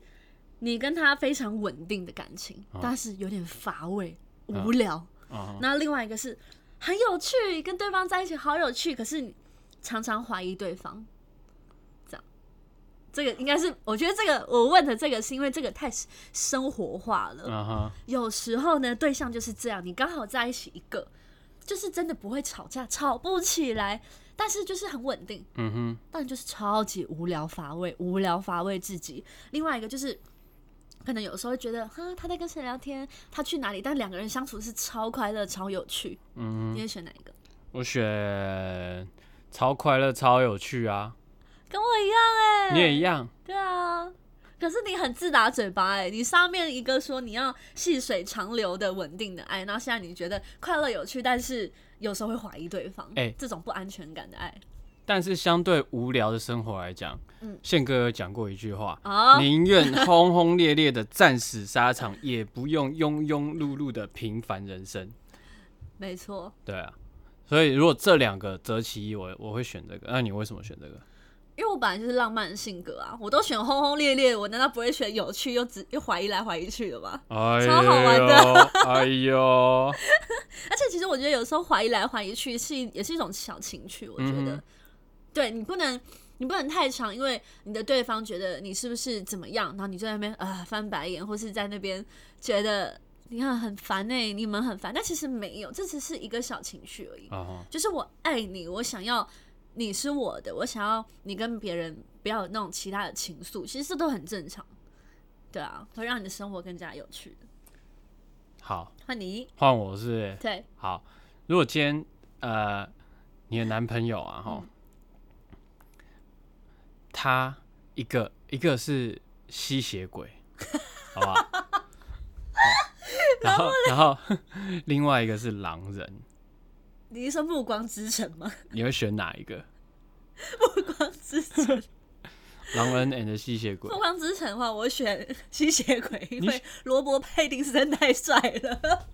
Speaker 2: 你跟他非常稳定的感情，但是有点乏味、无聊。
Speaker 1: 啊，
Speaker 2: 那另外一个是很有趣，跟对方在一起好有趣，可是你常常怀疑对方。这样，这个应该是我觉得这个我问的这个是因为这个太生活化了。
Speaker 1: 啊哈，
Speaker 2: 有时候呢，对象就是这样，你刚好在一起一个，就是真的不会吵架，吵不起来，但是就是很稳定，
Speaker 1: 嗯哼，
Speaker 2: 但就是超级无聊乏味，无聊乏味至极。另外一个就是。可能有时候会觉得，哈，他在跟谁聊天，他去哪里，但两个人相处是超快乐、超有趣。
Speaker 1: 嗯
Speaker 2: 你会选哪一个？
Speaker 1: 我选超快乐、超有趣啊！
Speaker 2: 跟我一样哎、
Speaker 1: 你也一样，
Speaker 2: 对啊，可是你很自打嘴巴哎、你上面一个说你要细水长流的稳定的爱，然后现在你觉得快乐有趣，但是有时候会怀疑对方，
Speaker 1: 哎
Speaker 2: 这种不安全感的爱
Speaker 1: 但是相对无聊的生活来讲，
Speaker 2: 嗯
Speaker 1: 宪哥有讲过一句话，
Speaker 2: 哦，
Speaker 1: 宁愿轰轰烈烈的战死沙场，也不用庸庸碌碌的平凡人生。
Speaker 2: 没错，
Speaker 1: 对啊，所以如果这两个择其一，我我会选这个。那你为什么选这个？
Speaker 2: 因为我本来就是浪漫性格啊，我都选轰轰烈烈，我难道不会选有趣又只又怀疑来怀疑去的吗？
Speaker 1: 哎呦，
Speaker 2: 超好玩
Speaker 1: 哎 呦，
Speaker 2: 而且其实我觉得有时候怀疑来怀疑去是一也是一种小情趣，我觉得，
Speaker 1: 嗯哼
Speaker 2: 对你不能你不能太长，因为你的对方觉得你是不是怎么样，然后你就在那边啊、呃翻白眼，或是在那边觉得你看很烦哎、你们很烦，但其实没有，这只是一个小情绪而已，
Speaker 1: 哦，
Speaker 2: 就是我爱你，我想要你是我的，我想要你跟别人不要有那种其他的情愫，其实这都很正常，对啊，会让你的生活更加有趣的。
Speaker 1: 好，
Speaker 2: 换你，
Speaker 1: 换我是不是
Speaker 2: 对，
Speaker 1: 好。如果今天呃，你的男朋友啊，哈，他一个一个是吸血 鬼，好不好？ 好然后，然后 另外一个是狼人，
Speaker 2: 你是说《暮光之城》吗？
Speaker 1: 你会选哪一个？
Speaker 2: 光之城，
Speaker 1: 狼人 and 吸血鬼
Speaker 2: 凤，凰之城的话，我选吸血鬼，因
Speaker 1: 你
Speaker 2: 为罗伯·佩丁实在太帅了。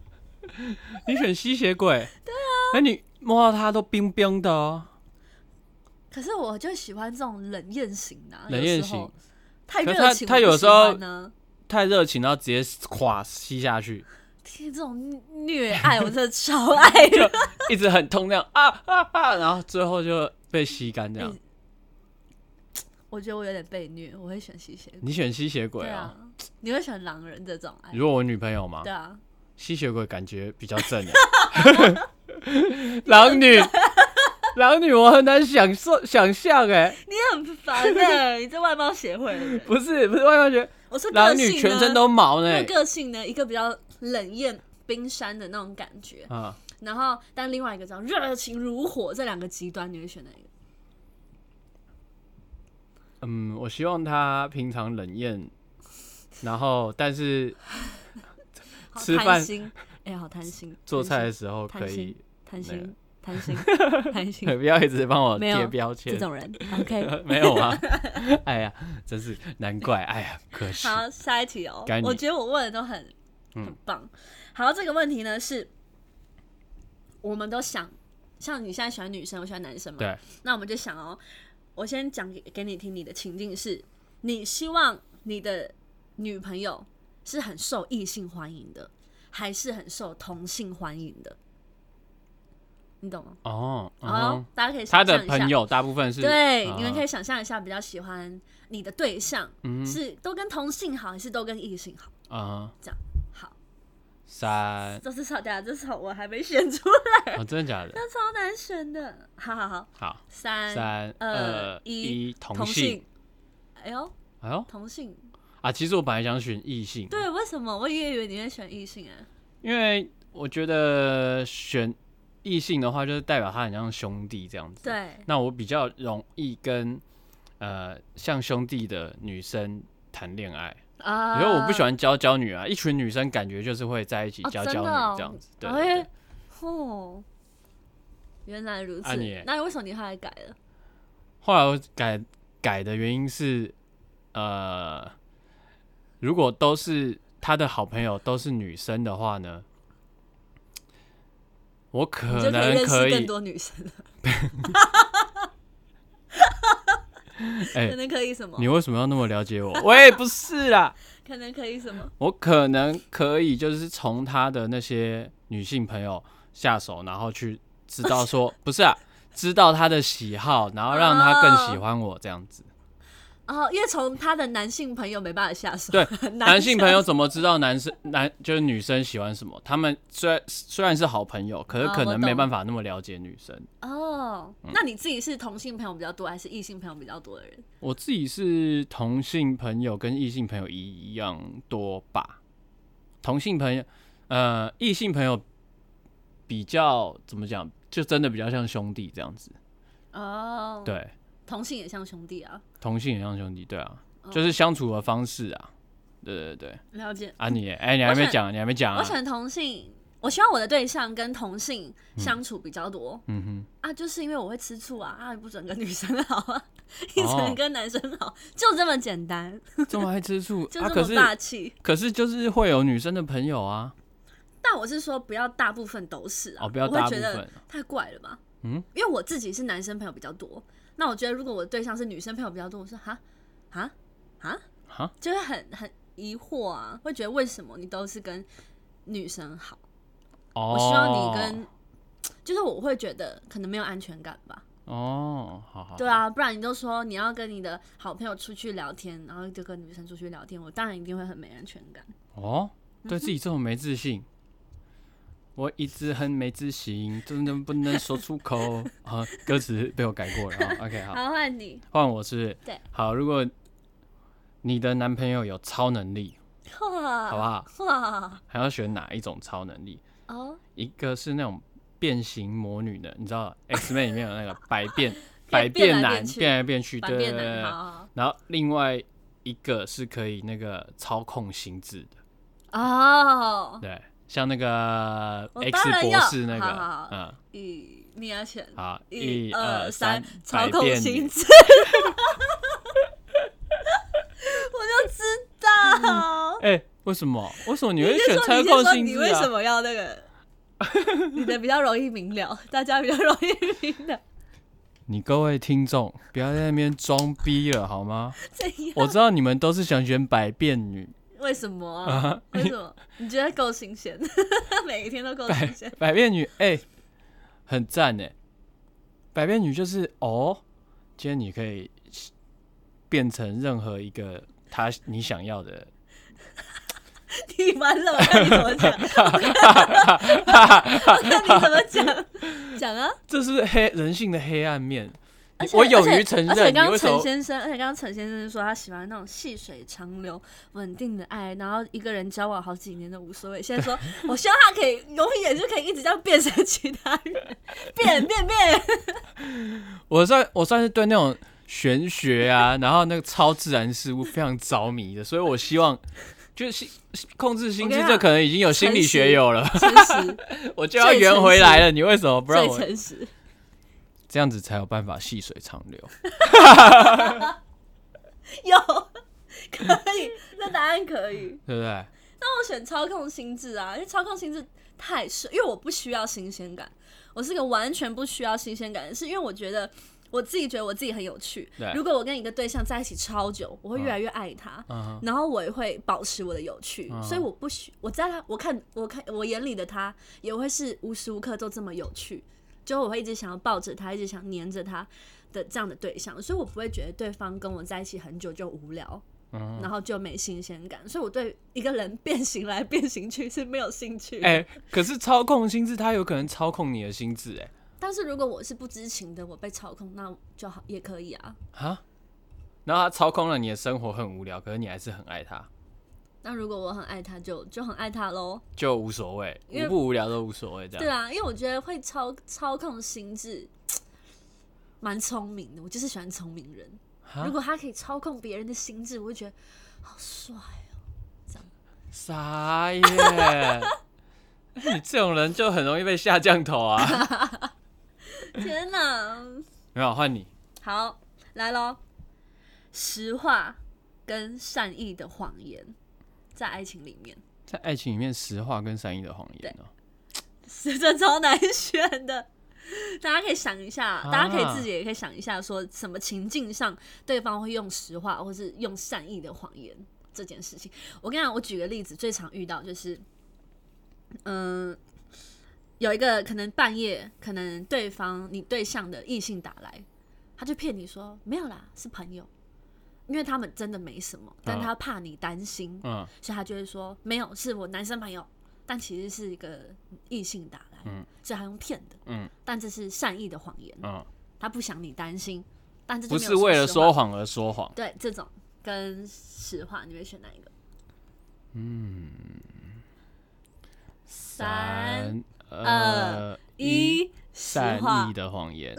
Speaker 1: 你选吸血鬼？对啊，那你摸到他都冰冰的哦。
Speaker 2: 可是我就喜欢这种冷艳型的、啊，
Speaker 1: 冷艳型
Speaker 2: 有时候太
Speaker 1: 可是
Speaker 2: 热情
Speaker 1: 他
Speaker 2: 我不
Speaker 1: 他有
Speaker 2: 喜
Speaker 1: 时候
Speaker 2: 欢啊呢、
Speaker 1: 太热情，然后直接垮吸下去，
Speaker 2: 天，这种虐爱我真的超 爱的。
Speaker 1: 一直很痛那样啊啊啊，然后最后就被吸干这样
Speaker 2: 哎。我觉得我有点被虐，我会选吸血鬼。
Speaker 1: 你选吸血鬼
Speaker 2: 对
Speaker 1: 啊？
Speaker 2: 啊，你会选狼人这种爱？
Speaker 1: 如果我女朋友嘛
Speaker 2: 对，啊，
Speaker 1: 吸血鬼感觉比较正欸。 狼女，狼女，我很难想受想象哎，
Speaker 2: 你很烦的、你这外貌协会的 人。
Speaker 1: 不是不是，外貌觉得
Speaker 2: 我是个
Speaker 1: 狼女
Speaker 2: 性
Speaker 1: 全
Speaker 2: 呢
Speaker 1: 身都毛
Speaker 2: 那
Speaker 1: 呢
Speaker 2: 个。个性呢，一个比较冷艳冰山的那种感觉，
Speaker 1: 啊，
Speaker 2: 然后但另外一个叫热情如火，这两个极端你会选哪一个？
Speaker 1: 嗯，我希望他平常冷艳，然后但是
Speaker 2: 好
Speaker 1: 吃
Speaker 2: 贪
Speaker 1: 饭
Speaker 2: 心，哎、好贪心，
Speaker 1: 做菜的
Speaker 2: 贪心
Speaker 1: 时候可以，
Speaker 2: 贪
Speaker 1: 那
Speaker 2: 心
Speaker 1: 个，
Speaker 2: 贪心，贪心，
Speaker 1: 不要一直帮我
Speaker 2: 没有
Speaker 1: 贴标签
Speaker 2: 这。种人。OK，
Speaker 1: 没有 啊，哎呀，真是难怪，哎呀，可惜。
Speaker 2: 好，下一题哦
Speaker 1: 该，你
Speaker 2: 我觉得我问的都很很
Speaker 1: 嗯
Speaker 2: 棒。好，这个问题呢是，我们都想，像你现在喜欢女生，我喜欢男生嘛，
Speaker 1: 对，
Speaker 2: 那我们就想哦，我先讲给给你听，你的情境是，你希望你的女朋友是很受异性欢迎的，还是很受同性欢迎的？你懂吗？
Speaker 1: 哦，
Speaker 2: 好、
Speaker 1: 哦，
Speaker 2: 大家可
Speaker 1: 他
Speaker 2: 以想象
Speaker 1: 的
Speaker 2: 一下
Speaker 1: 朋。友大部分是
Speaker 2: 对，
Speaker 1: 啊
Speaker 2: 你们可以想象一下，比较喜欢你的对象、
Speaker 1: 嗯
Speaker 2: 是都跟同性好，还是都跟异性好？
Speaker 1: 啊，
Speaker 2: 好，
Speaker 1: 三，
Speaker 2: 这是好，等下这是好，我还没选出来，
Speaker 1: 哦，真的假的？
Speaker 2: 超难选的。好好好，
Speaker 1: 好，
Speaker 2: 三，
Speaker 1: 三
Speaker 2: 二
Speaker 1: 二
Speaker 2: 一
Speaker 1: 一，同性，
Speaker 2: 哎呦，
Speaker 1: 哎呦
Speaker 2: 同性，
Speaker 1: 啊，其实我本来想选异性，
Speaker 2: 对，为什么我也以为你会选异性啊？
Speaker 1: 因为我觉得选异性的话，就是代表他很像兄弟这样子，，
Speaker 2: 对，
Speaker 1: 那我比较容易跟呃像兄弟的女生谈恋爱。
Speaker 2: 啊，
Speaker 1: 因为我不喜欢娇娇女啊，一群女生感觉就是会在一起
Speaker 2: 哦
Speaker 1: 娇
Speaker 2: 真
Speaker 1: 娇
Speaker 2: 的哦
Speaker 1: 女这样子。对
Speaker 2: 哎
Speaker 1: 对对
Speaker 2: 哦，原来如此。
Speaker 1: 啊你
Speaker 2: 那为什么你后来改了？
Speaker 1: 后来我改改的原因是，呃，如果都是他的好朋友都是女生的话呢，我
Speaker 2: 你
Speaker 1: 可
Speaker 2: 就可以
Speaker 1: 能
Speaker 2: 认
Speaker 1: 可
Speaker 2: 识更
Speaker 1: 以，
Speaker 2: 多女生了。
Speaker 1: 哎
Speaker 2: 可能可以什么？
Speaker 1: 你为什么要那么了解我？ 喂，不是啦，
Speaker 2: 可能可以什么？
Speaker 1: 我可能可以就是从他的那些女性朋友下手，然后去知道 说不是啊，知道他的喜好，然后让他更喜欢我这样子。
Speaker 2: 哦，因为从他的男性朋友没办法下手，
Speaker 1: 对
Speaker 2: 很难
Speaker 1: 男性朋友
Speaker 2: 下手
Speaker 1: 怎么知道男生男就是女生喜欢什么？他们虽然虽然是好朋友，可是
Speaker 2: 哦
Speaker 1: 可
Speaker 2: 我
Speaker 1: 能
Speaker 2: 懂
Speaker 1: 没办法那么了解女生。
Speaker 2: 哦。
Speaker 1: 嗯
Speaker 2: 那你自己是同性朋友比较多，还是异性朋友比较多的人？
Speaker 1: 我自己是同性朋友跟异性朋友一样多吧。同性朋友，呃，异性朋友比较怎么讲，就真的比较像兄弟这样子。
Speaker 2: 哦，，
Speaker 1: 对，
Speaker 2: 同性也像兄弟啊，
Speaker 1: 同性也像兄弟，对啊，
Speaker 2: 嗯
Speaker 1: 就是相处的方式啊。对对对，
Speaker 2: 了解。
Speaker 1: 啊你，哎、你还没讲，你还没讲
Speaker 2: 我
Speaker 1: 啊？
Speaker 2: 选同性，我希望我的对象跟同性相处比较多、
Speaker 1: 嗯
Speaker 2: 啊，就是因为我会吃醋啊，啊，不准跟女生好啊， 你只
Speaker 1: 哦
Speaker 2: 能跟男生好，就这么简单，
Speaker 1: 哼， 这么爱吃醋
Speaker 2: 就
Speaker 1: 啊？
Speaker 2: 这
Speaker 1: 可
Speaker 2: 么
Speaker 1: 是
Speaker 2: 霸气。
Speaker 1: 可是就是会有女生的朋友啊，
Speaker 2: 但我是说，不要大部分都是啊，
Speaker 1: 哦，不要
Speaker 2: 我会
Speaker 1: 大部
Speaker 2: 觉得
Speaker 1: 分，
Speaker 2: 太怪了吧？
Speaker 1: 嗯，
Speaker 2: 因为我自己是男生朋友比较多，那我觉得如果我对象是女生朋友比较多，我说哈哈哈，
Speaker 1: 哈，
Speaker 2: 就会很很疑惑啊，会觉得为什么你都是跟女生好？
Speaker 1: 哦，
Speaker 2: 我希望你跟，就是我会觉得可能没有安全感吧。
Speaker 1: 哦，好好，
Speaker 2: 对啊，不然你就说你要跟你的好朋友出去聊天，然后就跟女生出去聊天，我当然一定会很没安全感。
Speaker 1: 哦，对自己这么没自信，我一直很没自信，真的不能说出口 啊。歌词被我改过了啊。OK，好，
Speaker 2: 好，换你，
Speaker 1: 换我是不是
Speaker 2: 对，
Speaker 1: 好。如果你的男朋友有超能力，
Speaker 2: 哇，
Speaker 1: 好不啊好？
Speaker 2: 哇，
Speaker 1: 还要选哪一种超能力？
Speaker 2: 哦，
Speaker 1: 一个是那种变形魔女的，你知道 X Men 里面有那个百 变
Speaker 2: 变
Speaker 1: 百变
Speaker 2: 来
Speaker 1: 男
Speaker 2: 变去
Speaker 1: 变来变去，
Speaker 2: 百
Speaker 1: 对对
Speaker 2: 变
Speaker 1: 对对对。
Speaker 2: 男，哦好
Speaker 1: 然后另外一个是可以那个操控心智的。
Speaker 2: 好好哦，
Speaker 1: 对，像那个
Speaker 2: 我哦当
Speaker 1: X
Speaker 2: 然
Speaker 1: 博
Speaker 2: 要
Speaker 1: 士那
Speaker 2: 好好
Speaker 1: 个，
Speaker 2: 好
Speaker 1: 嗯，
Speaker 2: 一，你要选
Speaker 1: 好，
Speaker 2: 一
Speaker 1: 二
Speaker 2: 二三，操
Speaker 1: 百
Speaker 2: 控
Speaker 1: 变
Speaker 2: 心
Speaker 1: 女
Speaker 2: 智， 我就知 道。
Speaker 1: 哎，为什么？为什么你会
Speaker 2: 你
Speaker 1: 选
Speaker 2: 先说
Speaker 1: 操
Speaker 2: 你先
Speaker 1: 控
Speaker 2: 说
Speaker 1: 心
Speaker 2: 你
Speaker 1: 智
Speaker 2: 为什
Speaker 1: 啊？
Speaker 2: 么要那个？ 你的比较容易明了，大家比较容易明了。
Speaker 1: 你各位听众，不要在那边装逼了好吗？
Speaker 2: 怎样？
Speaker 1: 我知道你们都是想选百变女，
Speaker 2: 为什么
Speaker 1: 啊
Speaker 2: 啊
Speaker 1: 哈？
Speaker 2: 为什么？你觉得够新鲜？ 每一天都够
Speaker 1: 百
Speaker 2: 新鲜。
Speaker 1: 百变女，哎，很赞哎，百变女就是哦，今天你可以变成任何一个他你想要的
Speaker 2: 你完了，我看你怎么 讲。我看你怎么讲，讲啊！
Speaker 1: 这是黑人性的黑暗面
Speaker 2: 而。且
Speaker 1: 我勇
Speaker 2: 而且
Speaker 1: 于承
Speaker 2: 而且
Speaker 1: 认，你
Speaker 2: 刚
Speaker 1: 为什
Speaker 2: 刚
Speaker 1: 么
Speaker 2: 陈？先生，而且刚刚陈先生说他喜欢那种细水长流、稳定的爱，然后一个人交往好几年都无所谓。现 在说，我希望他可以永远就可以一直这样变成其他人，变变变。
Speaker 1: 我算我算是对那种玄学啊，然后那个超自然事物非常着迷的，所以我希望就是心控制心智
Speaker 2: 我跟，你
Speaker 1: 这
Speaker 2: 讲
Speaker 1: 可能已经有心理学有了，
Speaker 2: 诚实，
Speaker 1: 我就要圆回来了。你为什么不让
Speaker 2: 最
Speaker 1: 我
Speaker 2: 诚实。
Speaker 1: 这样子才有办法细水长流？
Speaker 2: 有，可以，这答案可 以。
Speaker 1: 对不对？
Speaker 2: 那我选操控心智啊，因为操控心智太顺，因为我不需要新鲜感，我是个完全不需要新鲜感的人，是因为我觉得。我自己觉得我自己很有趣
Speaker 1: 对。
Speaker 2: 如果我跟一个对象在一起超久，我会越来越爱他，
Speaker 1: 嗯哼，
Speaker 2: 然后我也会保持我的有趣，
Speaker 1: 嗯
Speaker 2: 所以我不需我在他我看我看我眼里的他也会是无时无刻都这么有趣，就我会一直想要抱着他，一直想黏着他的这样的对象，所以我不会觉得对方跟我在一起很久就无聊，
Speaker 1: 嗯
Speaker 2: 然后就没新鲜感，所以我对一个人变形来变形去是没有兴趣 的。
Speaker 1: 哎、可是操控心智，它有可能操控你的心智、哎
Speaker 2: 但是如果我是不知情的，我被操控，那就好也可以啊。
Speaker 1: 哎，啊，然后它操控了你的生活很无聊，可是你还是很爱它，
Speaker 2: 那如果我很爱他就，就很爱他喽。
Speaker 1: 就无所谓，
Speaker 2: 因为
Speaker 1: 无不无聊都无所谓，这样
Speaker 2: 对。啊，因为我觉得会操操控心智，蛮聪明的。我就是喜欢聪明人。
Speaker 1: 哈
Speaker 2: 如果他可以操控别人的心智，我会觉得好帅 哦。
Speaker 1: 傻耶！ 你这种人就很容易被下降头 啊！
Speaker 2: 天哪！
Speaker 1: 没有换你，
Speaker 2: 好，来喽。实话跟善意的谎言，在爱情里面，
Speaker 1: 在爱情里面，实话跟善意的谎言哦、
Speaker 2: 是这超难选的。大家可以想一下，
Speaker 1: 啊
Speaker 2: 大家可以自己也可以想一下，说什么情境上对方会用实话或是用善意的谎言这件事情。我跟你讲，我举个例子，最常遇到就是，嗯、有一个可能半夜，可能对方你对象的异性打来，他就骗你说没有啦，是朋友，因为他们真的没什么，但他怕你担心，
Speaker 1: 嗯
Speaker 2: 所以他就会说没有，是我男生朋友，但其实是一个异性打来，
Speaker 1: 嗯
Speaker 2: 所以他用骗的，
Speaker 1: 嗯
Speaker 2: 但这是善意的谎言，
Speaker 1: 嗯，
Speaker 2: 他不想你担心，但这就
Speaker 1: 不
Speaker 2: 没有
Speaker 1: 是为了
Speaker 2: 实话
Speaker 1: 说谎而说谎。
Speaker 2: 对这种跟实话，你会选哪一个？嗯，三
Speaker 1: 三
Speaker 2: 二
Speaker 1: 一，
Speaker 2: 一，实
Speaker 1: 善
Speaker 2: 话
Speaker 1: 意。的谎言。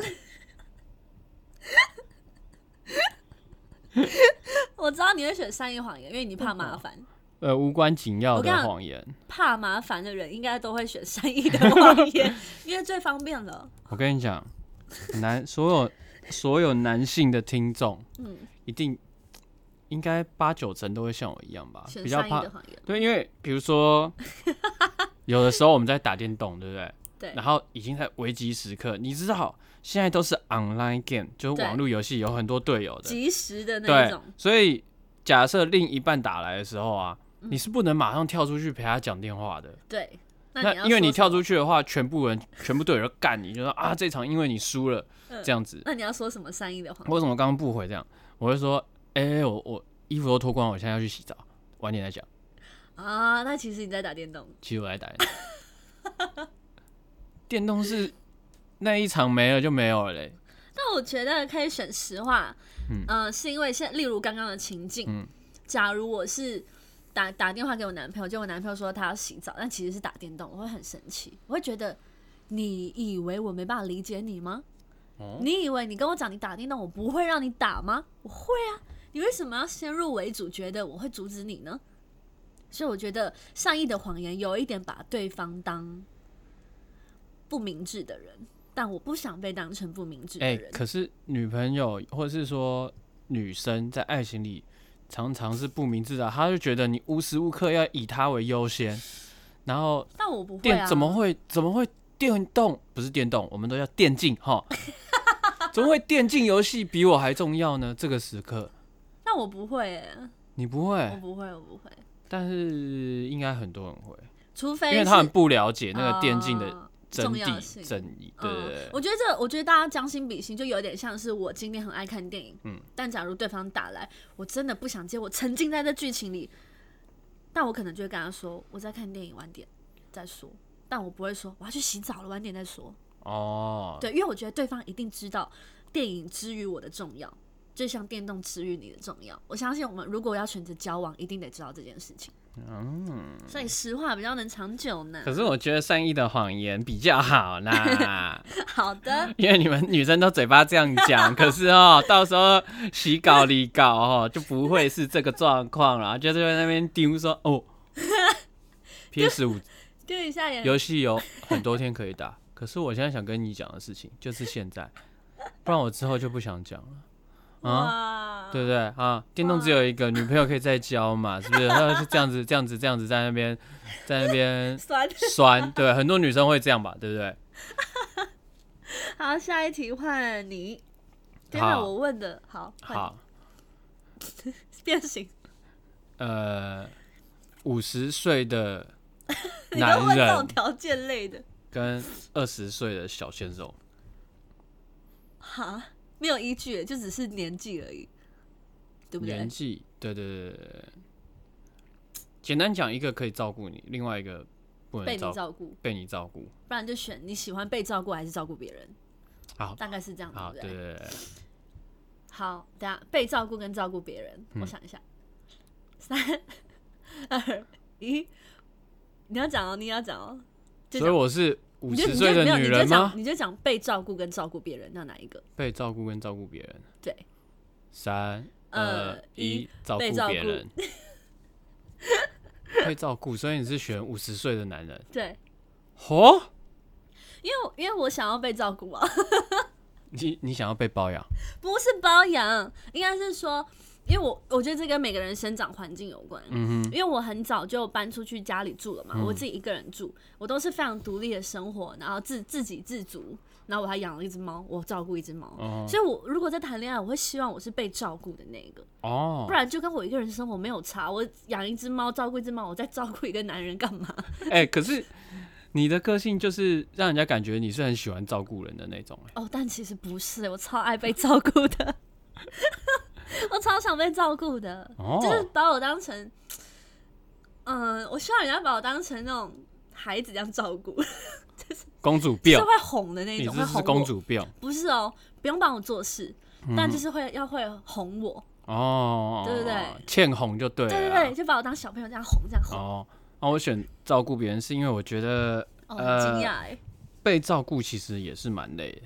Speaker 2: 我知道你会选善意谎言，因为你怕麻烦，
Speaker 1: 呃，无关紧要
Speaker 2: 我跟你
Speaker 1: 的
Speaker 2: 讲
Speaker 1: 谎言。
Speaker 2: 怕麻烦的人应该都会选善意的谎 言，因为最方便了。
Speaker 1: 我跟你讲，男所有所有男性的听众，
Speaker 2: 嗯
Speaker 1: 一定应该八九成都会像我一样吧，
Speaker 2: 选
Speaker 1: 啊比较
Speaker 2: 善意
Speaker 1: 怕
Speaker 2: 的。谎言，
Speaker 1: 对，因为比如说，有的时候我们在打电动，对不对？
Speaker 2: 对
Speaker 1: 然后已经在危机时刻，你知道现在都是 online game，就是
Speaker 2: 对
Speaker 1: 网络游戏，有很多队友的。
Speaker 2: 及时的那一
Speaker 1: 对
Speaker 2: 种，，
Speaker 1: 所以假设另一半打来的时候啊，
Speaker 2: 嗯
Speaker 1: 你是不能马上跳出去陪他讲电话的。
Speaker 2: 对。你
Speaker 1: 那
Speaker 2: 要
Speaker 1: 因为你
Speaker 2: 说什
Speaker 1: 跳
Speaker 2: 么，
Speaker 1: 出去的话，全部人全部队友都干你，就说啊这场因为你输了
Speaker 2: 嗯
Speaker 1: 这样子。
Speaker 2: 那你要说什么善意的谎言？
Speaker 1: 为什么刚刚不回这样？我会说，哎、我我衣服都脱光了，我现在要去洗澡，晚点再讲。
Speaker 2: 啊，那其实你在打电动，
Speaker 1: 其实我来打电动 电动是那一场没了就没有了嘞。
Speaker 2: 但我觉得可以选实话，
Speaker 1: 嗯
Speaker 2: 嗯、是因为现例如刚刚的情境，
Speaker 1: 嗯
Speaker 2: 假如我是打打电话给我男朋友，就我男朋友说他要洗澡，但其实是打电动，我会很生气，我会觉得你以为我没办法理解你吗？
Speaker 1: 哦
Speaker 2: 你以为你跟我讲你打电动，我不会啊让你打吗？我会啊，你为什么要先入为主觉得我会阻止你呢？所以我觉得善意的谎言有一点把对方当不明智的人，但我不想被当成不明智的
Speaker 1: 哎、
Speaker 2: 人。
Speaker 1: 可是女朋友或者是说女生在爱情里常常是不明智的，她就觉得你无时无刻要以她为优先，然后
Speaker 2: 但我不会
Speaker 1: 电、
Speaker 2: 啊，
Speaker 1: 怎么会怎么会电动不是电动，我们都叫电竞 哈，怎么会电竞游戏比我还重要呢？这个时刻
Speaker 2: 但我不会、欸，
Speaker 1: 你不
Speaker 2: 我
Speaker 1: 会，
Speaker 2: 不会，我不会，
Speaker 1: 但是应该很多人会，
Speaker 2: 除非
Speaker 1: 因为
Speaker 2: 是
Speaker 1: 他们不了解那个电竞的
Speaker 2: 啊
Speaker 1: 真
Speaker 2: 重要
Speaker 1: 谛
Speaker 2: 性
Speaker 1: 真谛，对对对
Speaker 2: 嗯，我觉得这，我觉得大家将心比心，就有点像是我今天很爱看电影，
Speaker 1: 嗯
Speaker 2: 嗯，但假如对方打来，我真的不想接，我沉浸在这剧情里，但我可能就会跟他说，我在看电影，晚点再说。但我不会说我要去洗澡了，晚点再说。
Speaker 1: 哦，
Speaker 2: 对，因为我觉得对方一定知道电影之于我的重要，就像电动之于你的重要。我相信我们如果要选择交往，一定得知道这件事情。嗯，所以实话比较能长久呢。
Speaker 1: 可是我觉得善意的谎言比较好 啦，
Speaker 2: 好的，
Speaker 1: 因为你们女生都嘴巴这样讲，可是哦，到时候洗稿里稿哦，就不会是这个状况了，就在那边丢说哦，PS 五
Speaker 2: 丢一下眼
Speaker 1: 游戏有很多天可以打，可是我现在想跟你讲的事情就是现在，不然我之后就不想讲了啊。
Speaker 2: 啊
Speaker 1: 对不对啊？电动只有一个，女朋友可以再交嘛，是不是？然后就这样子，这样子，这样子，在那边，在那 边
Speaker 2: 酸。
Speaker 1: 酸，对，很多女生会这样吧，对不对？
Speaker 2: 好，下一题换你。天哪，
Speaker 1: 好
Speaker 2: 我问的好，换
Speaker 1: 好，
Speaker 2: 你变形。
Speaker 1: 呃，五十岁的
Speaker 2: 你都问
Speaker 1: 男
Speaker 2: 这种
Speaker 1: 人
Speaker 2: 条件类的，
Speaker 1: 跟二十岁的小鲜肉，
Speaker 2: 哈，没有依据，就只是年纪而已，对不
Speaker 1: 年
Speaker 2: 对？
Speaker 1: 纪，对对对对对。简单讲，一个可以照顾你，另外一个不
Speaker 2: 被
Speaker 1: 能
Speaker 2: 你
Speaker 1: 照
Speaker 2: 照顾，
Speaker 1: 被你照顾。
Speaker 2: 不然就选你喜欢被照顾还是照顾别人，
Speaker 1: 好，
Speaker 2: 大概是这样，
Speaker 1: 好，
Speaker 2: 不
Speaker 1: 对对对，对
Speaker 2: 好，等下被照顾跟照顾别人，
Speaker 1: 嗯
Speaker 2: 我想一下，三 二一，你要讲哦，你要讲哦，就
Speaker 1: 所以
Speaker 2: 讲
Speaker 1: 我是五
Speaker 2: 你就
Speaker 1: 十
Speaker 2: 你
Speaker 1: 岁
Speaker 2: 就
Speaker 1: 的
Speaker 2: 没有
Speaker 1: 女
Speaker 2: 你
Speaker 1: 人
Speaker 2: 就
Speaker 1: 吗嗯
Speaker 2: 讲？你就讲被照顾跟照顾别人，要哪一个？
Speaker 1: 被照顾跟照顾别人，
Speaker 2: 对，
Speaker 1: 三
Speaker 2: 呃
Speaker 1: 二一
Speaker 2: 一，
Speaker 1: 照顾
Speaker 2: 嗯被照
Speaker 1: 别
Speaker 2: 顾
Speaker 1: 人， 被照顾，所以你是选五十岁的男 人，
Speaker 2: 对，
Speaker 1: 哦，
Speaker 2: 因为我因为我想要被照顾啊，
Speaker 1: 你你想要被包养？
Speaker 2: 不是包养，应该是说，因为我我觉得这跟每个人生长环境有关。
Speaker 1: 嗯哼，嗯
Speaker 2: 因为我很早就搬出去家里住了嘛，我自己一个人住，我都是非常独立的生活，然后自自给自足，然后我还养了一只猫，我照顾一只猫。
Speaker 1: 哦
Speaker 2: 所以我如果在谈恋爱，我会希望我是被照顾的那一个，
Speaker 1: 哦
Speaker 2: 不，然就跟我一个人生活没有差。我养一只猫，照顾一只猫，我再照顾一个男人干嘛？
Speaker 1: 哎、可是你的个性就是让人家感觉你是很喜欢照顾人的那种、哎
Speaker 2: 哦，但其实不是，我超爱被照顾的， 我超想被照顾的，
Speaker 1: 哦，
Speaker 2: 就是把我当成，嗯，我希望人家把我当成那种孩子这样照顾，
Speaker 1: 公主病
Speaker 2: 是，会哄的那
Speaker 1: 你
Speaker 2: 种，
Speaker 1: 这
Speaker 2: 会
Speaker 1: 是
Speaker 2: 哄
Speaker 1: 公
Speaker 2: 我。
Speaker 1: 主嗯病
Speaker 2: 不是哦，不用帮我做事，但就是是会要会哄我，
Speaker 1: 哦，
Speaker 2: 对对对，
Speaker 1: 欠哄就对了啊
Speaker 2: 对对
Speaker 1: 啦，
Speaker 2: 对，就把我当小朋友这样哄，这样哄。
Speaker 1: 哦，那我选照顾别人是因为我觉得
Speaker 2: 哦，很惊
Speaker 1: 呃
Speaker 2: 讶哎，
Speaker 1: 被照顾其实也是蛮累的，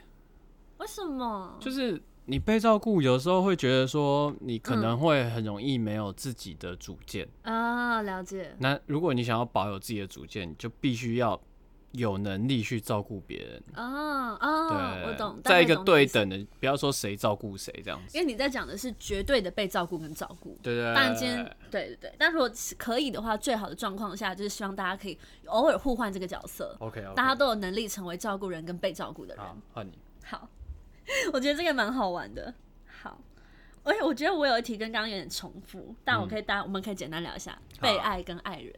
Speaker 2: 为什么？
Speaker 1: 就是你被照顾有时候会觉得说你可能会很容易没有自己的主见，
Speaker 2: 啊，了解，
Speaker 1: 那如果你想要保有自己的主见，你就必须要有能力去照顾别人。
Speaker 2: 啊啊，
Speaker 1: 对，
Speaker 2: 我懂。
Speaker 1: 在
Speaker 2: 大概
Speaker 1: 一个
Speaker 2: 懂你的
Speaker 1: 对
Speaker 2: 意思，
Speaker 1: 等的，不要说谁照顾谁这样子。
Speaker 2: 因为你在讲的是绝对的被照顾跟照顾。
Speaker 1: 对对对，
Speaker 2: 当然，今天
Speaker 1: 呃
Speaker 2: 对对对，但如果是可以的话，最好的状况下就是希望大家可以偶尔互换这个角色，
Speaker 1: OK OK，
Speaker 2: 大家都有能力成为照顾人跟被照顾的人。
Speaker 1: 好换你。
Speaker 2: 好， 我觉得这个蛮好玩的。好，而且我觉得我有一题跟刚刚有点重复，但
Speaker 1: 嗯
Speaker 2: 我可以大家、我们可以简单聊一下被爱跟爱人。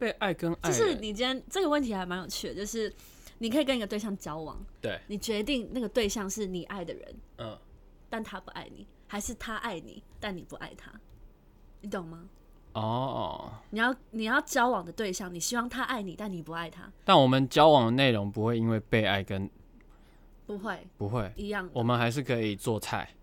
Speaker 1: 被爱跟爱
Speaker 2: 就
Speaker 1: 人
Speaker 2: 是你今天这个问题还蛮有趣的，就是你可以跟一个对象交往，
Speaker 1: 对，
Speaker 2: 你决定那个对象是你爱的人，
Speaker 1: 嗯，
Speaker 2: 但他不爱你，还是他爱你，但你不爱他，你懂吗？
Speaker 1: 哦，
Speaker 2: 你要你要交往的对象，你希望他爱你，但你不爱他，
Speaker 1: 但我们交往的内容不会因为被爱跟
Speaker 2: 不会
Speaker 1: 不会，
Speaker 2: 一样
Speaker 1: 我们还是可以做菜。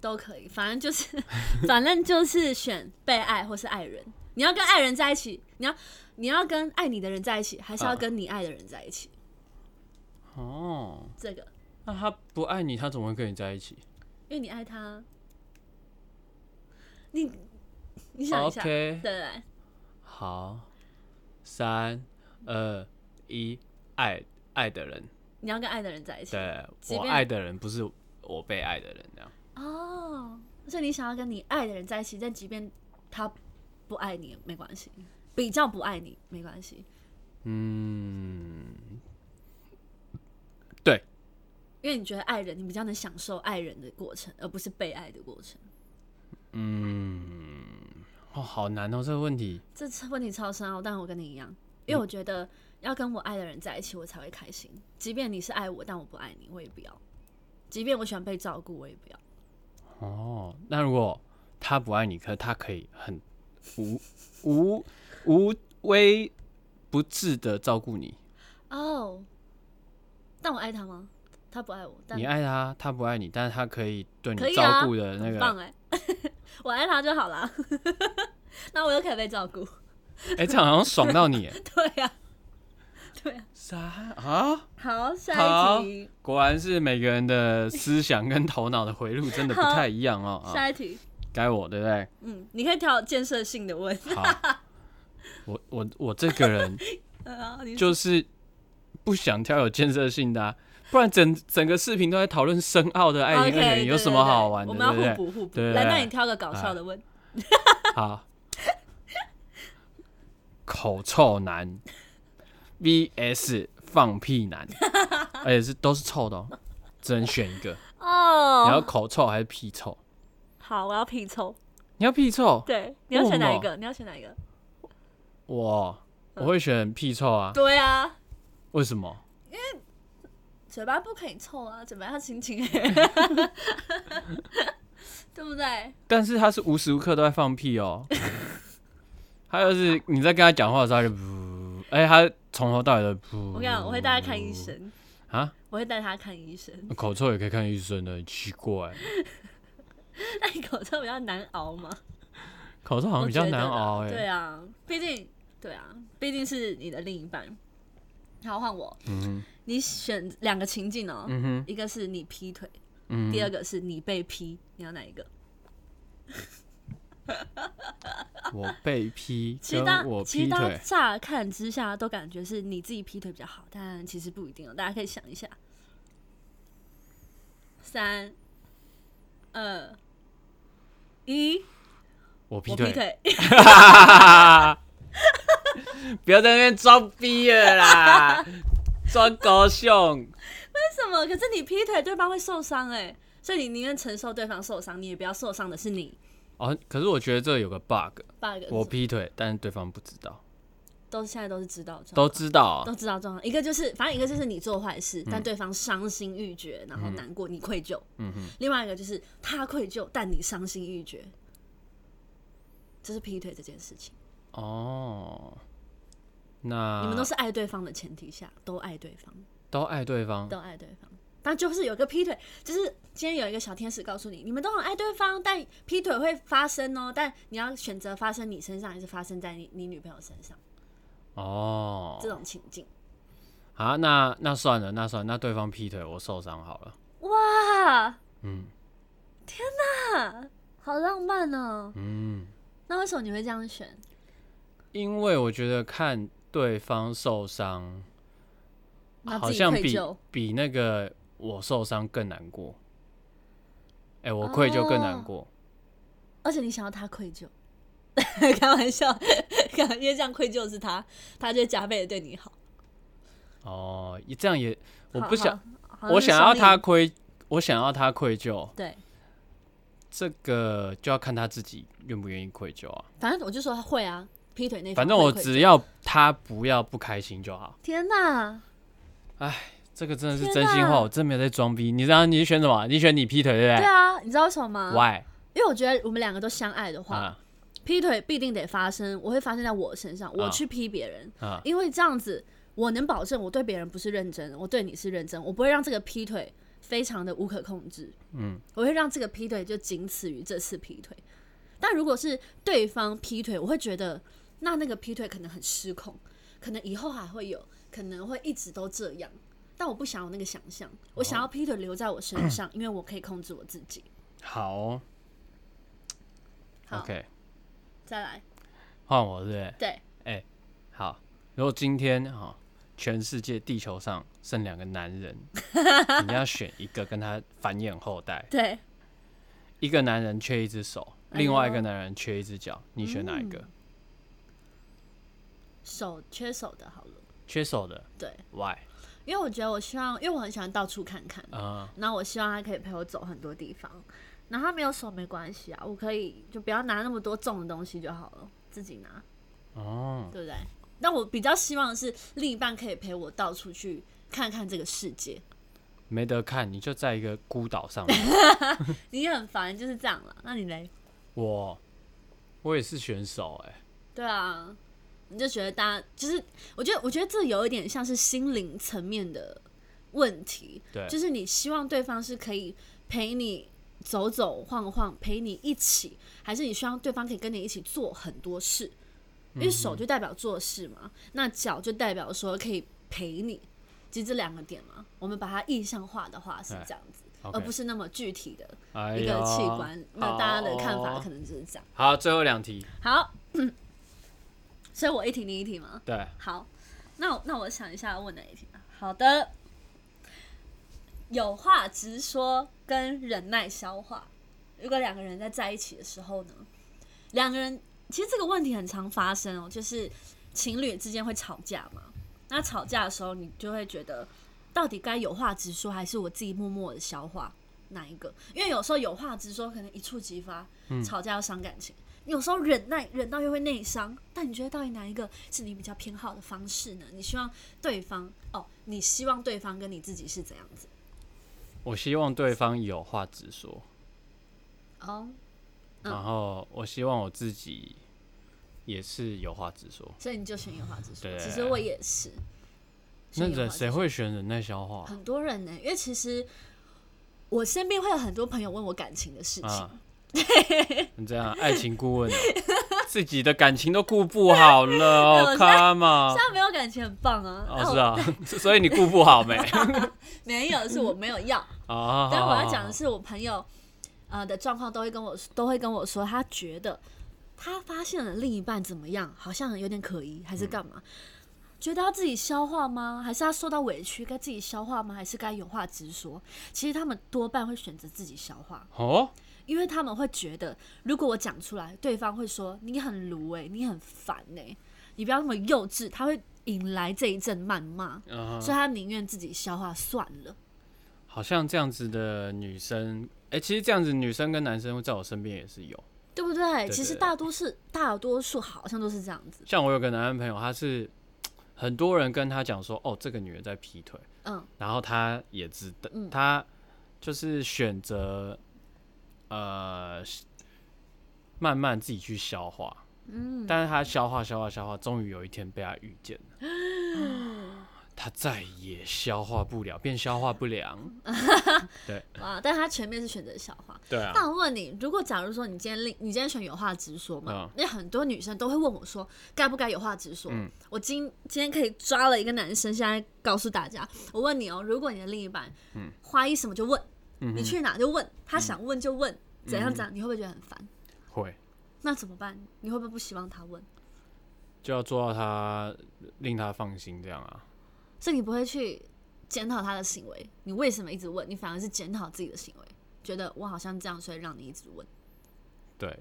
Speaker 2: 都可以，反正就是 反正就是选被爱或是爱人。你要跟爱人在一起，你要你要跟爱你的人在一起，还是要
Speaker 1: 嗯
Speaker 2: 跟你爱的人在一起？
Speaker 1: 哦，
Speaker 2: 这个，
Speaker 1: 那他不爱你，他怎么会跟你在一起
Speaker 2: 因为你爱他，你你想一下
Speaker 1: ？OK，
Speaker 2: 对对
Speaker 1: 好，三二一，爱爱的人，
Speaker 2: 你要跟爱的人在一起。
Speaker 1: 对
Speaker 2: 即
Speaker 1: 我
Speaker 2: 便
Speaker 1: 爱的人不是我被爱的人，这样
Speaker 2: 哦，所以你想要跟你爱的人在一起，但即便他不爱你也没关系，比较不爱你没关系，
Speaker 1: 嗯，
Speaker 2: 因为你觉得爱人，你比较能享受爱人的过程，而不是被爱的过程。
Speaker 1: 嗯，哦，好难哦，这个问题。
Speaker 2: 这次问题超深奥，但我跟你一样，
Speaker 1: 嗯
Speaker 2: 因为我觉得要跟我爱的人在一起，我才会开心。即便你是爱我，但我不爱你，我也不要。即便我喜欢被照顾，我也不要。
Speaker 1: 哦，那如果他不爱你，可是他可以很无无无微不至的照顾你，
Speaker 2: 哦、但我爱他吗？他不爱我，但
Speaker 1: 你爱他，他不爱你，但是他可以对
Speaker 2: 可
Speaker 1: 你
Speaker 2: 以啊
Speaker 1: 照顾的那
Speaker 2: 很
Speaker 1: 个， 哎、
Speaker 2: 棒哎、 我爱他就好啦。 那我又可以被照顾。
Speaker 1: 哎这样好像爽到你耶，
Speaker 2: 对呀、对呀、
Speaker 1: 啥啊？
Speaker 2: 好，下一题，
Speaker 1: 果然是每个人的思想跟头脑的回路真的不太一样 哦。啊，
Speaker 2: 下一题。
Speaker 1: 该我对不对？
Speaker 2: 嗯，你可以挑建设性的问。
Speaker 1: 好，我我我这个 人
Speaker 2: 啊，你
Speaker 1: 就是不想挑有建设性的、啊，不然整整个视频都在讨论深奥的爱
Speaker 2: OK，
Speaker 1: 情二元，哎有
Speaker 2: 对
Speaker 1: 什
Speaker 2: 对
Speaker 1: 么
Speaker 2: 对
Speaker 1: 好玩的？
Speaker 2: 我
Speaker 1: 对
Speaker 2: 们要
Speaker 1: 不对？
Speaker 2: 互补互补。
Speaker 1: 对对
Speaker 2: 来，
Speaker 1: 对
Speaker 2: 那你挑个搞笑的问。
Speaker 1: 好，口臭男 VS 放屁男，而且是都是臭的、哦，只能选一个。哎你要哦
Speaker 2: 哦，
Speaker 1: 口臭还是屁臭？
Speaker 2: 好，我要屁抽。
Speaker 1: 你要屁臭，
Speaker 2: 对，你要选哪一个？你要选哪一个？
Speaker 1: 啊我我会选屁臭啊。
Speaker 2: 对啊，
Speaker 1: 为什么？
Speaker 2: 嘴巴不可以臭啊，嘴巴要清清，欸 对不对？
Speaker 1: 但是他是无时无刻都在放屁 哦。还有是你在跟他讲话的时候，他就噗，而且他从头到尾的噗。
Speaker 2: 我跟你讲，我会带他看医生，
Speaker 1: 啊，
Speaker 2: 我会带他看医生。
Speaker 1: 口臭也可以看医生的，很奇怪。
Speaker 2: 那你口臭比较难熬吗？
Speaker 1: 口臭好哦像比较
Speaker 2: 我觉得
Speaker 1: 难
Speaker 2: 啦
Speaker 1: 熬哎、
Speaker 2: 对啊，毕竟对啊，毕竟是你的另一半。好，换我。
Speaker 1: 嗯
Speaker 2: 你选两个情境哦、
Speaker 1: 哼，嗯哼，
Speaker 2: 一个是你劈腿，
Speaker 1: 嗯
Speaker 2: 第
Speaker 1: 哼。
Speaker 2: 二个是你被劈，你要哪一个？
Speaker 1: 我被劈，
Speaker 2: 其实大
Speaker 1: 跟我
Speaker 2: 啊其实
Speaker 1: 劈
Speaker 2: 大
Speaker 1: 腿
Speaker 2: 家，乍看之下都感觉是你自己劈腿比较好，但其实不一定哦，大家可以想一下。三、二、一，
Speaker 1: 我劈
Speaker 2: 我劈
Speaker 1: 腿，啊
Speaker 2: 腿，
Speaker 1: 不要在那边装逼了啦，装狗熊。
Speaker 2: 什么？可是你劈腿，对方会受伤哎、所以你宁愿承受对方受伤，你也不要受伤的是你。
Speaker 1: 哦，可是我觉得这有个 bug，
Speaker 2: bug 是
Speaker 1: 我
Speaker 2: 什么
Speaker 1: 劈腿，但是对方不知道，
Speaker 2: 都现在都是知道状
Speaker 1: 都
Speaker 2: 况
Speaker 1: 知道、嗯啊
Speaker 2: 都，知道状况，一个就是反正一个就是你做坏事，但对方伤心欲绝，然后难过，你愧疚；
Speaker 1: 嗯哼，
Speaker 2: 另外一个就是他愧疚，但你伤心欲绝，这是劈腿这件事情。
Speaker 1: 哦，那
Speaker 2: 你们都是爱对方的前提下，都爱对方，
Speaker 1: 都爱对方，
Speaker 2: 都爱对方。但就是有个劈腿，就是今天有一个小天使告诉你，你们都很爱对方，但劈腿会发生哦。但你要选择发生你身上，还是发生在你你女朋友身上？
Speaker 1: 哦
Speaker 2: 这，种情境，
Speaker 1: 啊，那那算了，那算了，那对方劈腿，我受伤好了，
Speaker 2: 哇，
Speaker 1: 嗯
Speaker 2: 啊好浪漫哦！
Speaker 1: 嗯，
Speaker 2: 那为什么你会这样选？
Speaker 1: 因为我觉得看对方受伤，
Speaker 2: 那
Speaker 1: 好
Speaker 2: 自己
Speaker 1: 像
Speaker 2: 愧
Speaker 1: 比
Speaker 2: 疚，
Speaker 1: 比那个我受伤更难过，哎、我愧疚更
Speaker 2: 哦
Speaker 1: 难过，
Speaker 2: 而且你想要他愧疚， 开玩笑，因为这样愧疚是他，他就会加倍的对你好。
Speaker 1: 哦，也这样也，我
Speaker 2: 好
Speaker 1: 不想，，
Speaker 2: 好好
Speaker 1: 我
Speaker 2: 是
Speaker 1: 想要
Speaker 2: 双
Speaker 1: 他
Speaker 2: 赢
Speaker 1: 愧，我想要他愧疚，
Speaker 2: 对，
Speaker 1: 这个就要看他自己愿不愿意愧疚啊。
Speaker 2: 反正我就说他会啊，劈腿那方
Speaker 1: 反正
Speaker 2: 会
Speaker 1: 我
Speaker 2: 愧疚
Speaker 1: 只要他不要不开心就好。
Speaker 2: 天哪，
Speaker 1: 这个真的是
Speaker 2: 天
Speaker 1: 真心
Speaker 2: 哪
Speaker 1: 话，我真没有在装逼。你知道你选什么？你选你劈腿对不
Speaker 2: 对
Speaker 1: 对
Speaker 2: 啊，你知道为什么吗？
Speaker 1: ？Why
Speaker 2: 因为我觉得我们两个都相爱的话，
Speaker 1: 啊
Speaker 2: 劈腿必定得发生，我会发生在我身上，我
Speaker 1: 啊
Speaker 2: 去劈别人，
Speaker 1: 啊
Speaker 2: 因为这样子我能保证我对别人不是认真的，我对你是认真，我不会让这个劈腿非常的无可控制，
Speaker 1: 嗯，
Speaker 2: 我会让这个劈腿就仅此于这次劈腿。但如果是对方劈腿，我会觉得那那个劈腿可能很失控，可能以后还会有，可能会一直都这样。但我不想有那个想象，我想
Speaker 1: 哦
Speaker 2: 要劈腿留在我身上，因为我可以控制我自己。
Speaker 1: 好哦
Speaker 2: 好
Speaker 1: ，OK，
Speaker 2: 再来，
Speaker 1: 换我对不对？
Speaker 2: 对，
Speaker 1: 好，如果今天哈、全世界地球上剩两个男 人，你要选一个跟他繁衍后代，
Speaker 2: 对，
Speaker 1: 一个男人缺一只手，
Speaker 2: 哎呦嗯
Speaker 1: 另外一个男人缺一只脚，你选哪一个？
Speaker 2: 手缺手的好了，
Speaker 1: 缺手的
Speaker 2: 对，
Speaker 1: ，Why？
Speaker 2: 因为我觉得我希望，因为我很喜欢到处看看，
Speaker 1: 啊、
Speaker 2: 那我希望他可以陪我走很多地方。然后他没有手没关系啊，我可以就不要拿那么多重的东西就好了，自己拿，
Speaker 1: 哦，
Speaker 2: 对不对？但我比较希望的是另一半可以陪我到处去看看这个世界。
Speaker 1: 没得看，你就在一个孤岛上面。
Speaker 2: 你很烦就是这样了，那你嘞？
Speaker 1: 我，我也是选手哎、
Speaker 2: 对啊，你就觉得大家就是，我觉得我觉得这有一点像是心灵层面的问题，
Speaker 1: 对
Speaker 2: 就是你希望对方是可以陪你走走晃晃，陪你一起，还是你希望对方可以跟你一起做很多事？因为手就代表做事
Speaker 1: 嗯
Speaker 2: 嘛，那脚就代表说可以陪你，其实这两个点嘛，我们把它意象化的话是
Speaker 1: 哎
Speaker 2: 这样子，
Speaker 1: OK
Speaker 2: 而不是那么具体的
Speaker 1: 哎
Speaker 2: 一个
Speaker 1: 呦
Speaker 2: 器官。那大家的看法
Speaker 1: 好哦
Speaker 2: 可能就是这样。
Speaker 1: 好，最后两题，
Speaker 2: 好， 所以我一题你一题吗？
Speaker 1: 对，
Speaker 2: 好，那我那我想一下问哪一题啊？好的，有话直说跟忍耐消化。如果两个人在在一起的时候呢，两个人其实这个问题很常发生哦，就是情侣之间会吵架嘛。那吵架的时候，你就会觉得到底该有话直说，还是我自己默默的消化哪一个？因为有时候有话直说，可能一触即发，吵架要伤感情。有时候忍耐忍到又会内伤，但你觉得到底哪一个是你比较偏好的方式呢？你希望对方哦，你希望对方跟你自己是怎样子？
Speaker 1: 我希望对方有话直说，
Speaker 2: 哦，嗯
Speaker 1: 然后我希望我自己也是有话直说。
Speaker 2: 所以你就选有话直说。
Speaker 1: 对
Speaker 2: 其实我也是，
Speaker 1: 那
Speaker 2: 选有话
Speaker 1: 人
Speaker 2: 直
Speaker 1: 谁会选忍耐消化？
Speaker 2: 很多人呢、因为其实我身边会有很多朋友问我感情的事情，
Speaker 1: 啊，你这样爱情顾问哦、 自己的感情都顾不好 了
Speaker 2: 没
Speaker 1: 哦
Speaker 2: 有
Speaker 1: ，Come
Speaker 2: 现
Speaker 1: on！
Speaker 2: 在没有感情很棒啊。那
Speaker 1: 哦，
Speaker 2: 我
Speaker 1: 是啊， 所以你顾不好 没？
Speaker 2: 没有是我没有要，
Speaker 1: 啊，
Speaker 2: 但我要讲的是，我朋友呃的状况都会跟我都会跟我说，他觉得他发现了另一半怎么样，好像有点可疑，还是干嘛？觉得要自己消化吗？还是他受到委屈该自己消化吗？还是该有话直说？其实他们多半会选择自己消化，
Speaker 1: 哦，
Speaker 2: 因为他们会觉得，如果我讲出来，对方会说你很鲁诶、你很烦诶、你不要那么幼稚，他会引来这一阵谩骂，
Speaker 1: 啊
Speaker 2: 所以他宁愿自己消化算了。
Speaker 1: 好像这样子的女生，哎、其实这样子女生跟男生在我身边也是有。
Speaker 2: 对不对？
Speaker 1: 对
Speaker 2: 其实
Speaker 1: 对
Speaker 2: 大多数大多数好像都是这样子，
Speaker 1: 像我有个男朋友，他是很多人跟他讲说，哦，这个女人在劈腿，
Speaker 2: 嗯，
Speaker 1: 然后他也知道，
Speaker 2: 嗯
Speaker 1: 他就是选择呃慢慢自己去消化，嗯，但是他消化消化消化，终于有一天被他遇见了，他再也消化不了，变消化不良，对
Speaker 2: 啊，但他前面是选择小花。
Speaker 1: 对啊
Speaker 2: 那我问你，如果假如说你今天另你今天选有话直说嘛
Speaker 1: 嗯，
Speaker 2: 那、很多女生都会问我说，该不该有话直说？
Speaker 1: 嗯
Speaker 2: 我今今天可以抓了一个男生，现在告诉大家，我问你哦，如果你的另一半，嗯，花一什么就问，
Speaker 1: 嗯哼嗯
Speaker 2: 你去哪就问，他想问就问，怎样怎样，你会不会觉得很烦？
Speaker 1: 会
Speaker 2: 那怎么办？你会不会不希望他问？
Speaker 1: 就要做到他令他放心这样啊，
Speaker 2: 所以你不会去检讨他的行为，你为什么一直问？你反而是检讨自己的行为，觉得我好像这样，所以让你一直问。
Speaker 1: 对，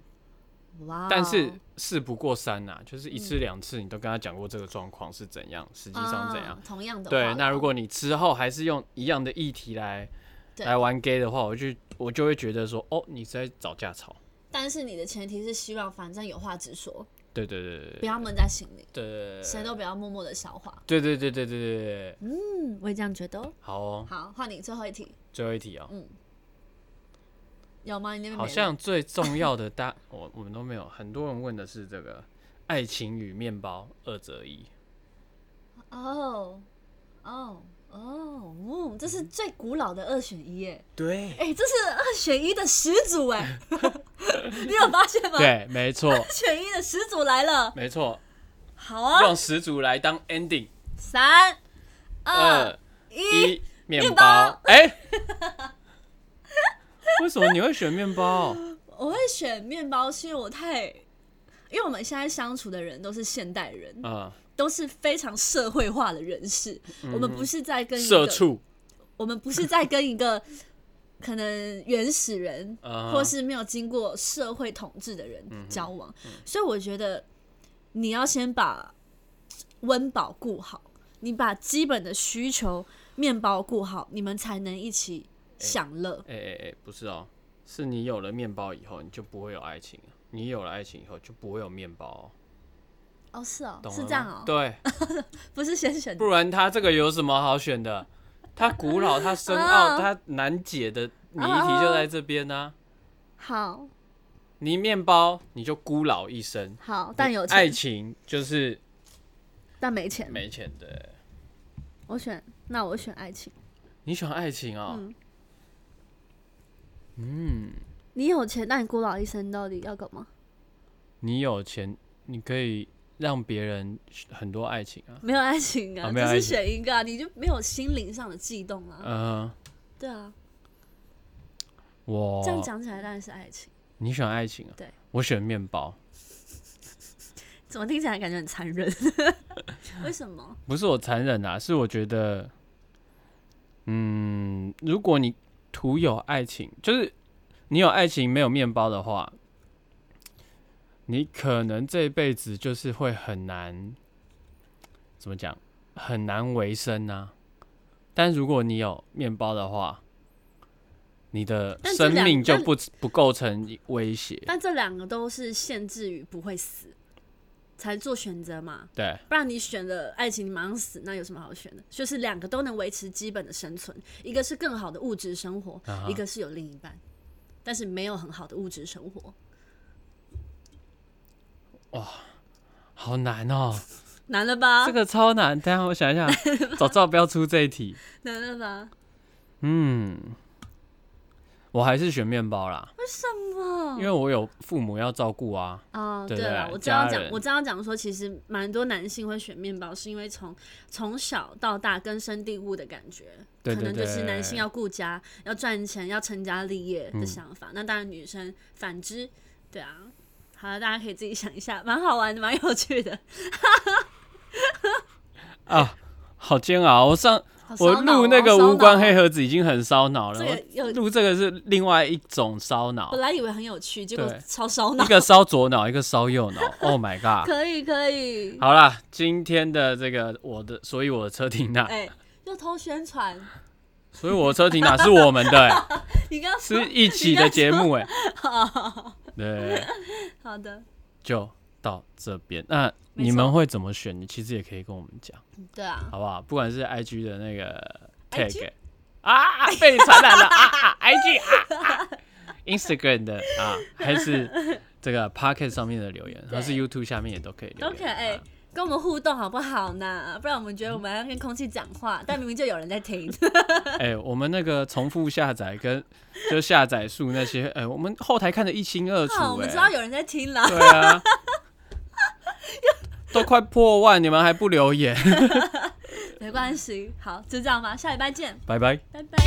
Speaker 2: 哇哦，
Speaker 1: 但是事不过三呐、就是一次两次你都跟他讲过这个状况是怎样，实际上怎样
Speaker 2: 啊。同样的
Speaker 1: 嗯
Speaker 2: 话
Speaker 1: 对，
Speaker 2: 啦
Speaker 1: 那如果你之后还是用一样的议题来
Speaker 2: 对
Speaker 1: 来玩 gay 的话，我就我就会觉得说，哦，你是在找架吵。
Speaker 2: 但是你的前提是希望反正有话直说，
Speaker 1: 对对对对
Speaker 2: 不
Speaker 1: 对
Speaker 2: 要闷在心里，
Speaker 1: 对，
Speaker 2: 谁都不要默默的消化。
Speaker 1: 对对对对对对对。对
Speaker 2: 嗯，我也这样觉得哦。
Speaker 1: 好哦，
Speaker 2: 好，换你最后一题，嗯
Speaker 1: 最后一题哦，
Speaker 2: 有吗？你那边没
Speaker 1: 好
Speaker 2: 了
Speaker 1: 像最重要的大 我我们都没有，很多人问的是这个爱情与面包二择一。
Speaker 2: 哦哦哦，嗯，这是最古老的二选一耶，
Speaker 1: 对
Speaker 2: 哎、这是二选一的始祖哎， 你有发现吗？
Speaker 1: 对，没错
Speaker 2: 二选一的始祖来了，
Speaker 1: 没错，
Speaker 2: 好啊，
Speaker 1: 用十足来当 ending。
Speaker 2: 三二
Speaker 1: 二
Speaker 2: 一，
Speaker 1: 一面
Speaker 2: 面
Speaker 1: 包
Speaker 2: 包。
Speaker 1: 哎、 为什么你会选面 包？
Speaker 2: 我会选面包，是因为我太，因为我们现在相处的人都是现代人，
Speaker 1: 嗯，
Speaker 2: 都是非常社会化的人士，我们不是在跟一
Speaker 1: 社
Speaker 2: 个，
Speaker 1: 畜。
Speaker 2: 我们不是在跟一个可能原始人，
Speaker 1: 嗯哼嗯
Speaker 2: 或是没有经过社会统治的人交往，所以我觉得你要先把温饱顾好，你把基本的需求面包顾好，你们才能一起享乐。
Speaker 1: 哎哎哎，不是哦，是你有了面包以后，你就不会有爱情了你有了爱情以后，就不会有面包哦、
Speaker 2: 哦，是哦，
Speaker 1: 哎懂了
Speaker 2: 是
Speaker 1: 吗
Speaker 2: 这样哦，
Speaker 1: 对，
Speaker 2: 不是先选
Speaker 1: 不然他这个有什么好选的？他古老，他深奥，
Speaker 2: 啊
Speaker 1: 他难解的谜题就在这边
Speaker 2: 嗯
Speaker 1: 呢、
Speaker 2: 好
Speaker 1: 你面包你就孤老一生，
Speaker 2: 好，但有
Speaker 1: 爱
Speaker 2: 钱，
Speaker 1: 情就是
Speaker 2: 但没钱。
Speaker 1: 没钱的。
Speaker 2: 我选，那我选爱情。
Speaker 1: 你喜欢爱情哦？
Speaker 2: 嗯你有钱，但你孤老一生，到底要干嘛？
Speaker 1: 你有钱，你可以让别人很多爱情啊。
Speaker 2: 没有爱情啊，
Speaker 1: 啊没有
Speaker 2: 就
Speaker 1: 爱
Speaker 2: 是
Speaker 1: 情
Speaker 2: 选一个、啊，你就没有心灵上的悸动啊。
Speaker 1: 嗯、
Speaker 2: 对啊，
Speaker 1: 我
Speaker 2: 这样讲起来当然是爱情，
Speaker 1: 你选爱情啊？
Speaker 2: 对，
Speaker 1: 我选面包。
Speaker 2: 怎么听起来感觉很残忍？ 为什 么？
Speaker 1: 不是我残忍啊，是我觉得，嗯，如果你徒有爱情，就是你有爱情没有面包的话，你可能这辈子就是会很难，怎么讲，很难为生啊。但如果你有面包的话，你的
Speaker 2: 但这
Speaker 1: 生
Speaker 2: 两
Speaker 1: 命就
Speaker 2: 但
Speaker 1: 不不构成威胁。
Speaker 2: 但这两个都是限制于不会死才做选择嘛，
Speaker 1: 对，
Speaker 2: 不然你选了爱情，你马上死，那有什么好选的？就是两个都能维持基本的生存，一个是更好的物质生活，
Speaker 1: 啊哈
Speaker 2: 一个是有另一半，但是没有很好的物质生活，
Speaker 1: 好难哦、
Speaker 2: 难了吧？
Speaker 1: 这个超难。等一下我想一 下，早知道不要出这一题。
Speaker 2: 难了吧？
Speaker 1: 嗯，我还是选面包啦，
Speaker 2: 为什么
Speaker 1: 因？为我有父母要照顾啊。
Speaker 2: 哦，
Speaker 1: 对
Speaker 2: 对了
Speaker 1: 对，
Speaker 2: 我知
Speaker 1: 家
Speaker 2: 道讲
Speaker 1: 人，
Speaker 2: 我知道讲说，其实蛮多男性会选面包，是因为从从小到大根深蒂固的感觉，
Speaker 1: 对对
Speaker 2: 可能就是
Speaker 1: 对
Speaker 2: 男性要顾家、要赚钱、要成家立业
Speaker 1: 嗯
Speaker 2: 的想法。那当然，女生反之，对啊。好了，大家可以自己想一下，蛮好玩的，蛮有趣的。
Speaker 1: 啊，好煎熬！我上
Speaker 2: 好
Speaker 1: 我
Speaker 2: 烧脑
Speaker 1: 录
Speaker 2: 哦
Speaker 1: 那个无关，黑
Speaker 2: 好烧脑哦
Speaker 1: 盒子已经很烧脑了，
Speaker 2: 这个
Speaker 1: 我
Speaker 2: 又
Speaker 1: 录这个是另外一种烧 脑
Speaker 2: 本，来以为很有趣，结果
Speaker 1: 对
Speaker 2: 超烧脑
Speaker 1: 一。个烧左脑，一个烧右脑。Oh my god！
Speaker 2: 可以可以，
Speaker 1: 好啦，今天的这个我的，所以我的车停哪？
Speaker 2: 哎，又偷宣传，
Speaker 1: 所以我的车停哪是我们的、欸，
Speaker 2: 你刚刚说
Speaker 1: 是一起的节目哎、
Speaker 2: 好
Speaker 1: 对，
Speaker 2: 好的，
Speaker 1: 就到这边。那
Speaker 2: 没错
Speaker 1: 你们会怎么选？你其实也可以跟我们讲，
Speaker 2: 对啊，
Speaker 1: 好不好？不管是 IG 的那个
Speaker 2: IG
Speaker 1: tag 啊，被你传 染了啊啊，IG 啊啊，Instagram 的啊，还是这个 Pocket 上面的留言，
Speaker 2: 对
Speaker 1: 还是 YouTube 下面也都可以留
Speaker 2: 都
Speaker 1: 言。
Speaker 2: 可以哎
Speaker 1: 啊
Speaker 2: 跟我们互动好不好呢？不然我们觉得我们要跟空气讲话，但明明就有人 在听。
Speaker 1: 哎、我们那个重复下载跟就下载数那些，哎、我们后台看得一清二楚、哎、
Speaker 2: 哦，我们知道有人在听了，
Speaker 1: 对啊，都快破万，你们还不留言？
Speaker 2: 没关系。好，就这样吧，下礼拜见，
Speaker 1: 拜拜。
Speaker 2: 拜拜。